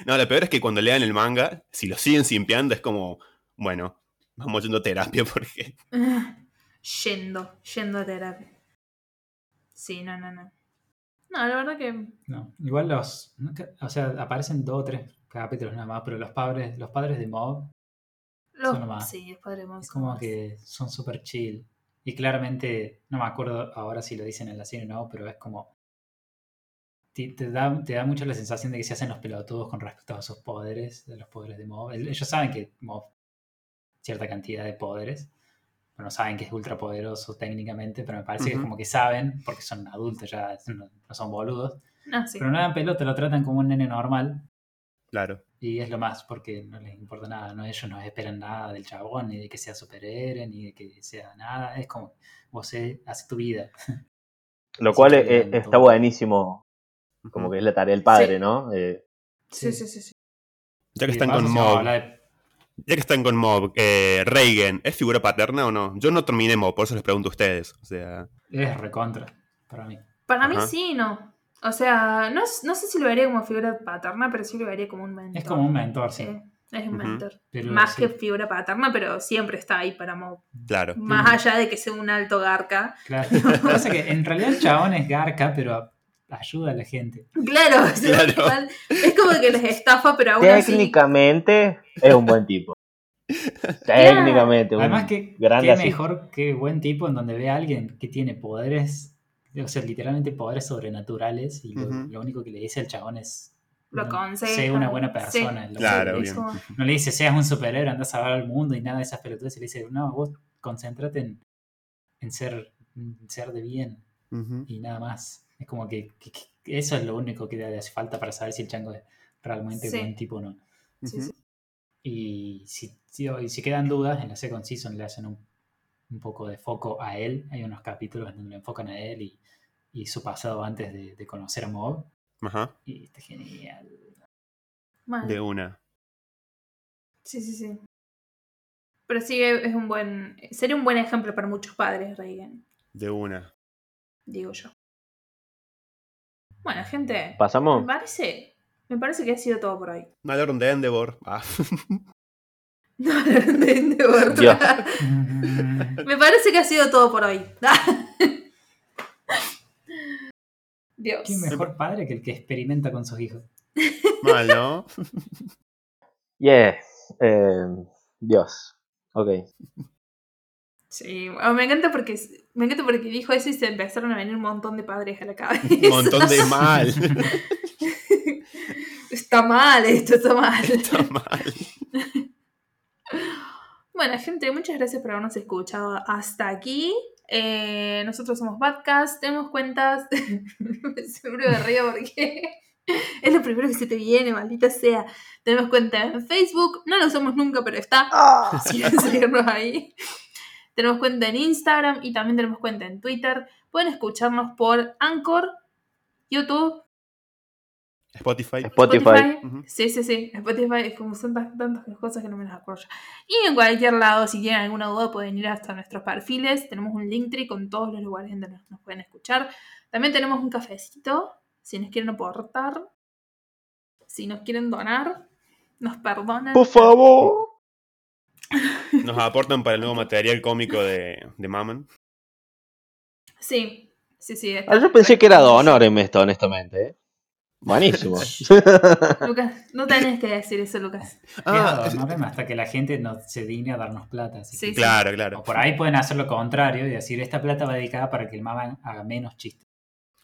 B: No, lo peor es que cuando lean el manga, si lo siguen simpeando, es como, bueno, vamos yendo a terapia porque.
A: yendo, yendo a terapia. Sí, no, no, no. No, la verdad que.
D: No, igual los, nunca- o sea, aparecen dos o tres capítulos nada más, pero los padres, los padres de Mob
A: Los,
D: Son nomás.
A: sí, podremos.
D: es como que son súper chill. Y claramente, no me acuerdo ahora si lo dicen en la serie o no, pero es como. Te, te da, te da mucho la sensación de que se hacen los pelotudos con respecto a sus poderes, de los poderes de Mob. El- Ellos saben que Mob cierta cantidad de poderes, pero no saben que es ultra poderoso técnicamente, pero me parece que
B: Ujú.
D: es como que saben, porque son adultos ya, no- no son boludos.
A: No, sí.
D: Pero no dan pelota, lo tratan como un nene normal.
B: Claro.
D: Y es lo más, porque no les importa nada, ¿no? Ellos no esperan nada del chabón, ni de que sea superhéroe, ni de que sea nada. Es como, vos eh, haces tu vida.
C: Lo
D: Sí,
C: cual
D: te
C: eh,
D: ayudan
C: está
D: todo.
C: buenísimo,
B: Ujú.
C: como que es la tarea del padre,
A: Sí.
C: ¿no? Eh,
A: Sí, sí, sí. sí.
B: Ya que
D: Y de
B: están
D: paso
B: con
D: se va a
B: Mob.
D: hablar de-
B: Ya que están con Mob, eh, Reigen, ¿es figura paterna o no? Yo no terminé Mob, por eso les pregunto a ustedes. O sea,
D: Es recontra, para mí.
A: Para mí
B: Ajá.
A: sí, no. O sea, no, es- no sé si lo vería como figura paterna, pero sí lo vería como un mentor.
D: Es como un mentor, sí.
A: Sí, es un
B: Ujú.
A: mentor.
D: Pero
A: Más
D: sí,
A: que figura paterna, pero siempre está ahí para Mob.
B: claro.
A: Más allá de que sea un alto garca.
D: Claro. Lo que pasa es que en realidad el chabón es garca, pero ayuda a la gente.
A: Claro, o sea,
B: Claro.
A: igual- es como que les estafa, pero aún así.
C: técnicamente es un buen tipo. técnicamente, un-
D: Además que
C: grande
D: qué
C: así.
D: mejor que buen tipo en donde ve a alguien que tiene poderes, o sea, literalmente poderes sobrenaturales y lo,
B: Ujú.
D: lo único que le dice al chabón es
A: Lo
D: "No,
A: aconseja,
D: sé una buena
A: sí.
D: persona. lo
B: Claro,
D: que le
A: Es
D: dice.
A: como-
D: No le dice seas un superhéroe, andás a ver al mundo y nada de esas pelotudes. Le dice, no, vos concéntrate en, en ser, en ser de bien
B: Ujú.
D: y nada más. Es como que, que- que eso es lo único que le hace falta para saber si el chango es realmente
A: Sí.
D: buen tipo o no.
A: Sí,
B: Ujú.
A: sí.
D: Y si, si- y si quedan dudas, en la Second Season le hacen un, un poco de foco a él. Hay unos capítulos en donde lo enfocan a él y, y su pasado antes de, de conocer a Mob.
B: Ajá.
D: Y está genial.
A: Mal.
B: De una.
A: Sí, sí, sí. Pero sí es un buen. Sería un buen ejemplo para muchos padres, Reigen,
B: De una.
A: digo yo. Bueno, gente, me
C: Pasamos.
A: parece. Me parece que ha sido todo por hoy.
B: No hablaron de Endeavor. Ah.
A: No, de- de verdad.
C: Dios.
A: Me parece que ha sido todo por hoy. Dios.
D: ¿Qué mejor padre que el que experimenta con sus hijos?
B: Mal, ¿no?
C: Yeah. Eh, Dios. Ok.
A: Sí, bueno, me encanta porque me encanta porque dijo eso y se empezaron a venir un montón de padres a la cabeza.
B: Un montón de mal.
A: Está mal esto, está mal.
B: Está mal.
A: Bueno, gente, muchas gracias por habernos escuchado hasta aquí. Eh, nosotros somos Badcast, tenemos cuentas. Seguro me río porque es lo primero que se te viene, maldita sea. Tenemos cuenta en Facebook, no lo usamos nunca, pero está. Si quieren seguirnos ahí. Tenemos cuenta en Instagram y también tenemos cuenta en Twitter. Pueden escucharnos por Anchor, YouTube,
B: Spotify.
C: Spotify.
B: Ujú.
A: Sí, sí, sí. Spotify es como son tan- tantas cosas que no me las acuerdo. ya. Y en cualquier lado, si tienen alguna duda, pueden ir hasta nuestros perfiles. Tenemos un Linktree con todos los lugares en donde nos, nos pueden escuchar. También tenemos un cafecito, si nos quieren aportar. Si nos quieren donar, nos perdonan.
C: Por favor.
B: Nos aportan para el nuevo material cómico de, de Mammon.
A: Sí, sí, sí. está-
C: Ah, yo pensé que era Donor en esto, honestamente. ¿eh? Buenísimo.
A: Lucas, no tenés que decir eso, Lucas.
D: Ah,
B: Ah,
D: hasta que la gente no se digne a darnos plata. así que-
A: Sí, sí.
B: claro,
D: O
B: claro.
D: por ahí pueden hacer lo contrario y decir, esta plata va dedicada para que el mamá haga menos chistes.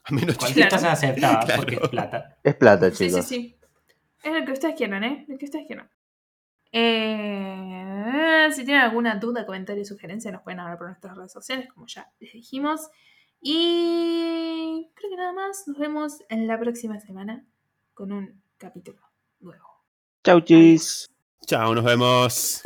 B: A menos
D: Cualquier
A: Claro.
D: cosa es aceptada
B: Claro.
D: porque es plata.
C: Es plata,
A: Sí, sí,
C: chicos.
A: sí. Es lo que ustedes quieran, ¿eh? Lo que ustedes quieran. Eh, si tienen alguna duda, comentario, sugerencia, nos pueden hablar por nuestras redes sociales, como ya les dijimos. Y creo que nada más. Nos vemos en la próxima semana con un capítulo nuevo.
C: Chau, chis.
B: Chao, nos vemos.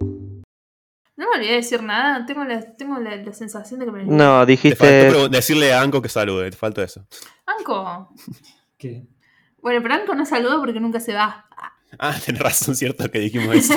A: No me olvidé de decir nada, tengo la, tengo la, la sensación de que me...
C: No,
B: Te faltó
C: dijiste.
B: pregun- decirle a Anko que salude, te faltó eso.
A: Anco.
D: ¿Qué?
A: Bueno, pero Anco no saluda porque nunca se va.
B: Ah, tenés razón, cierto que dijimos eso.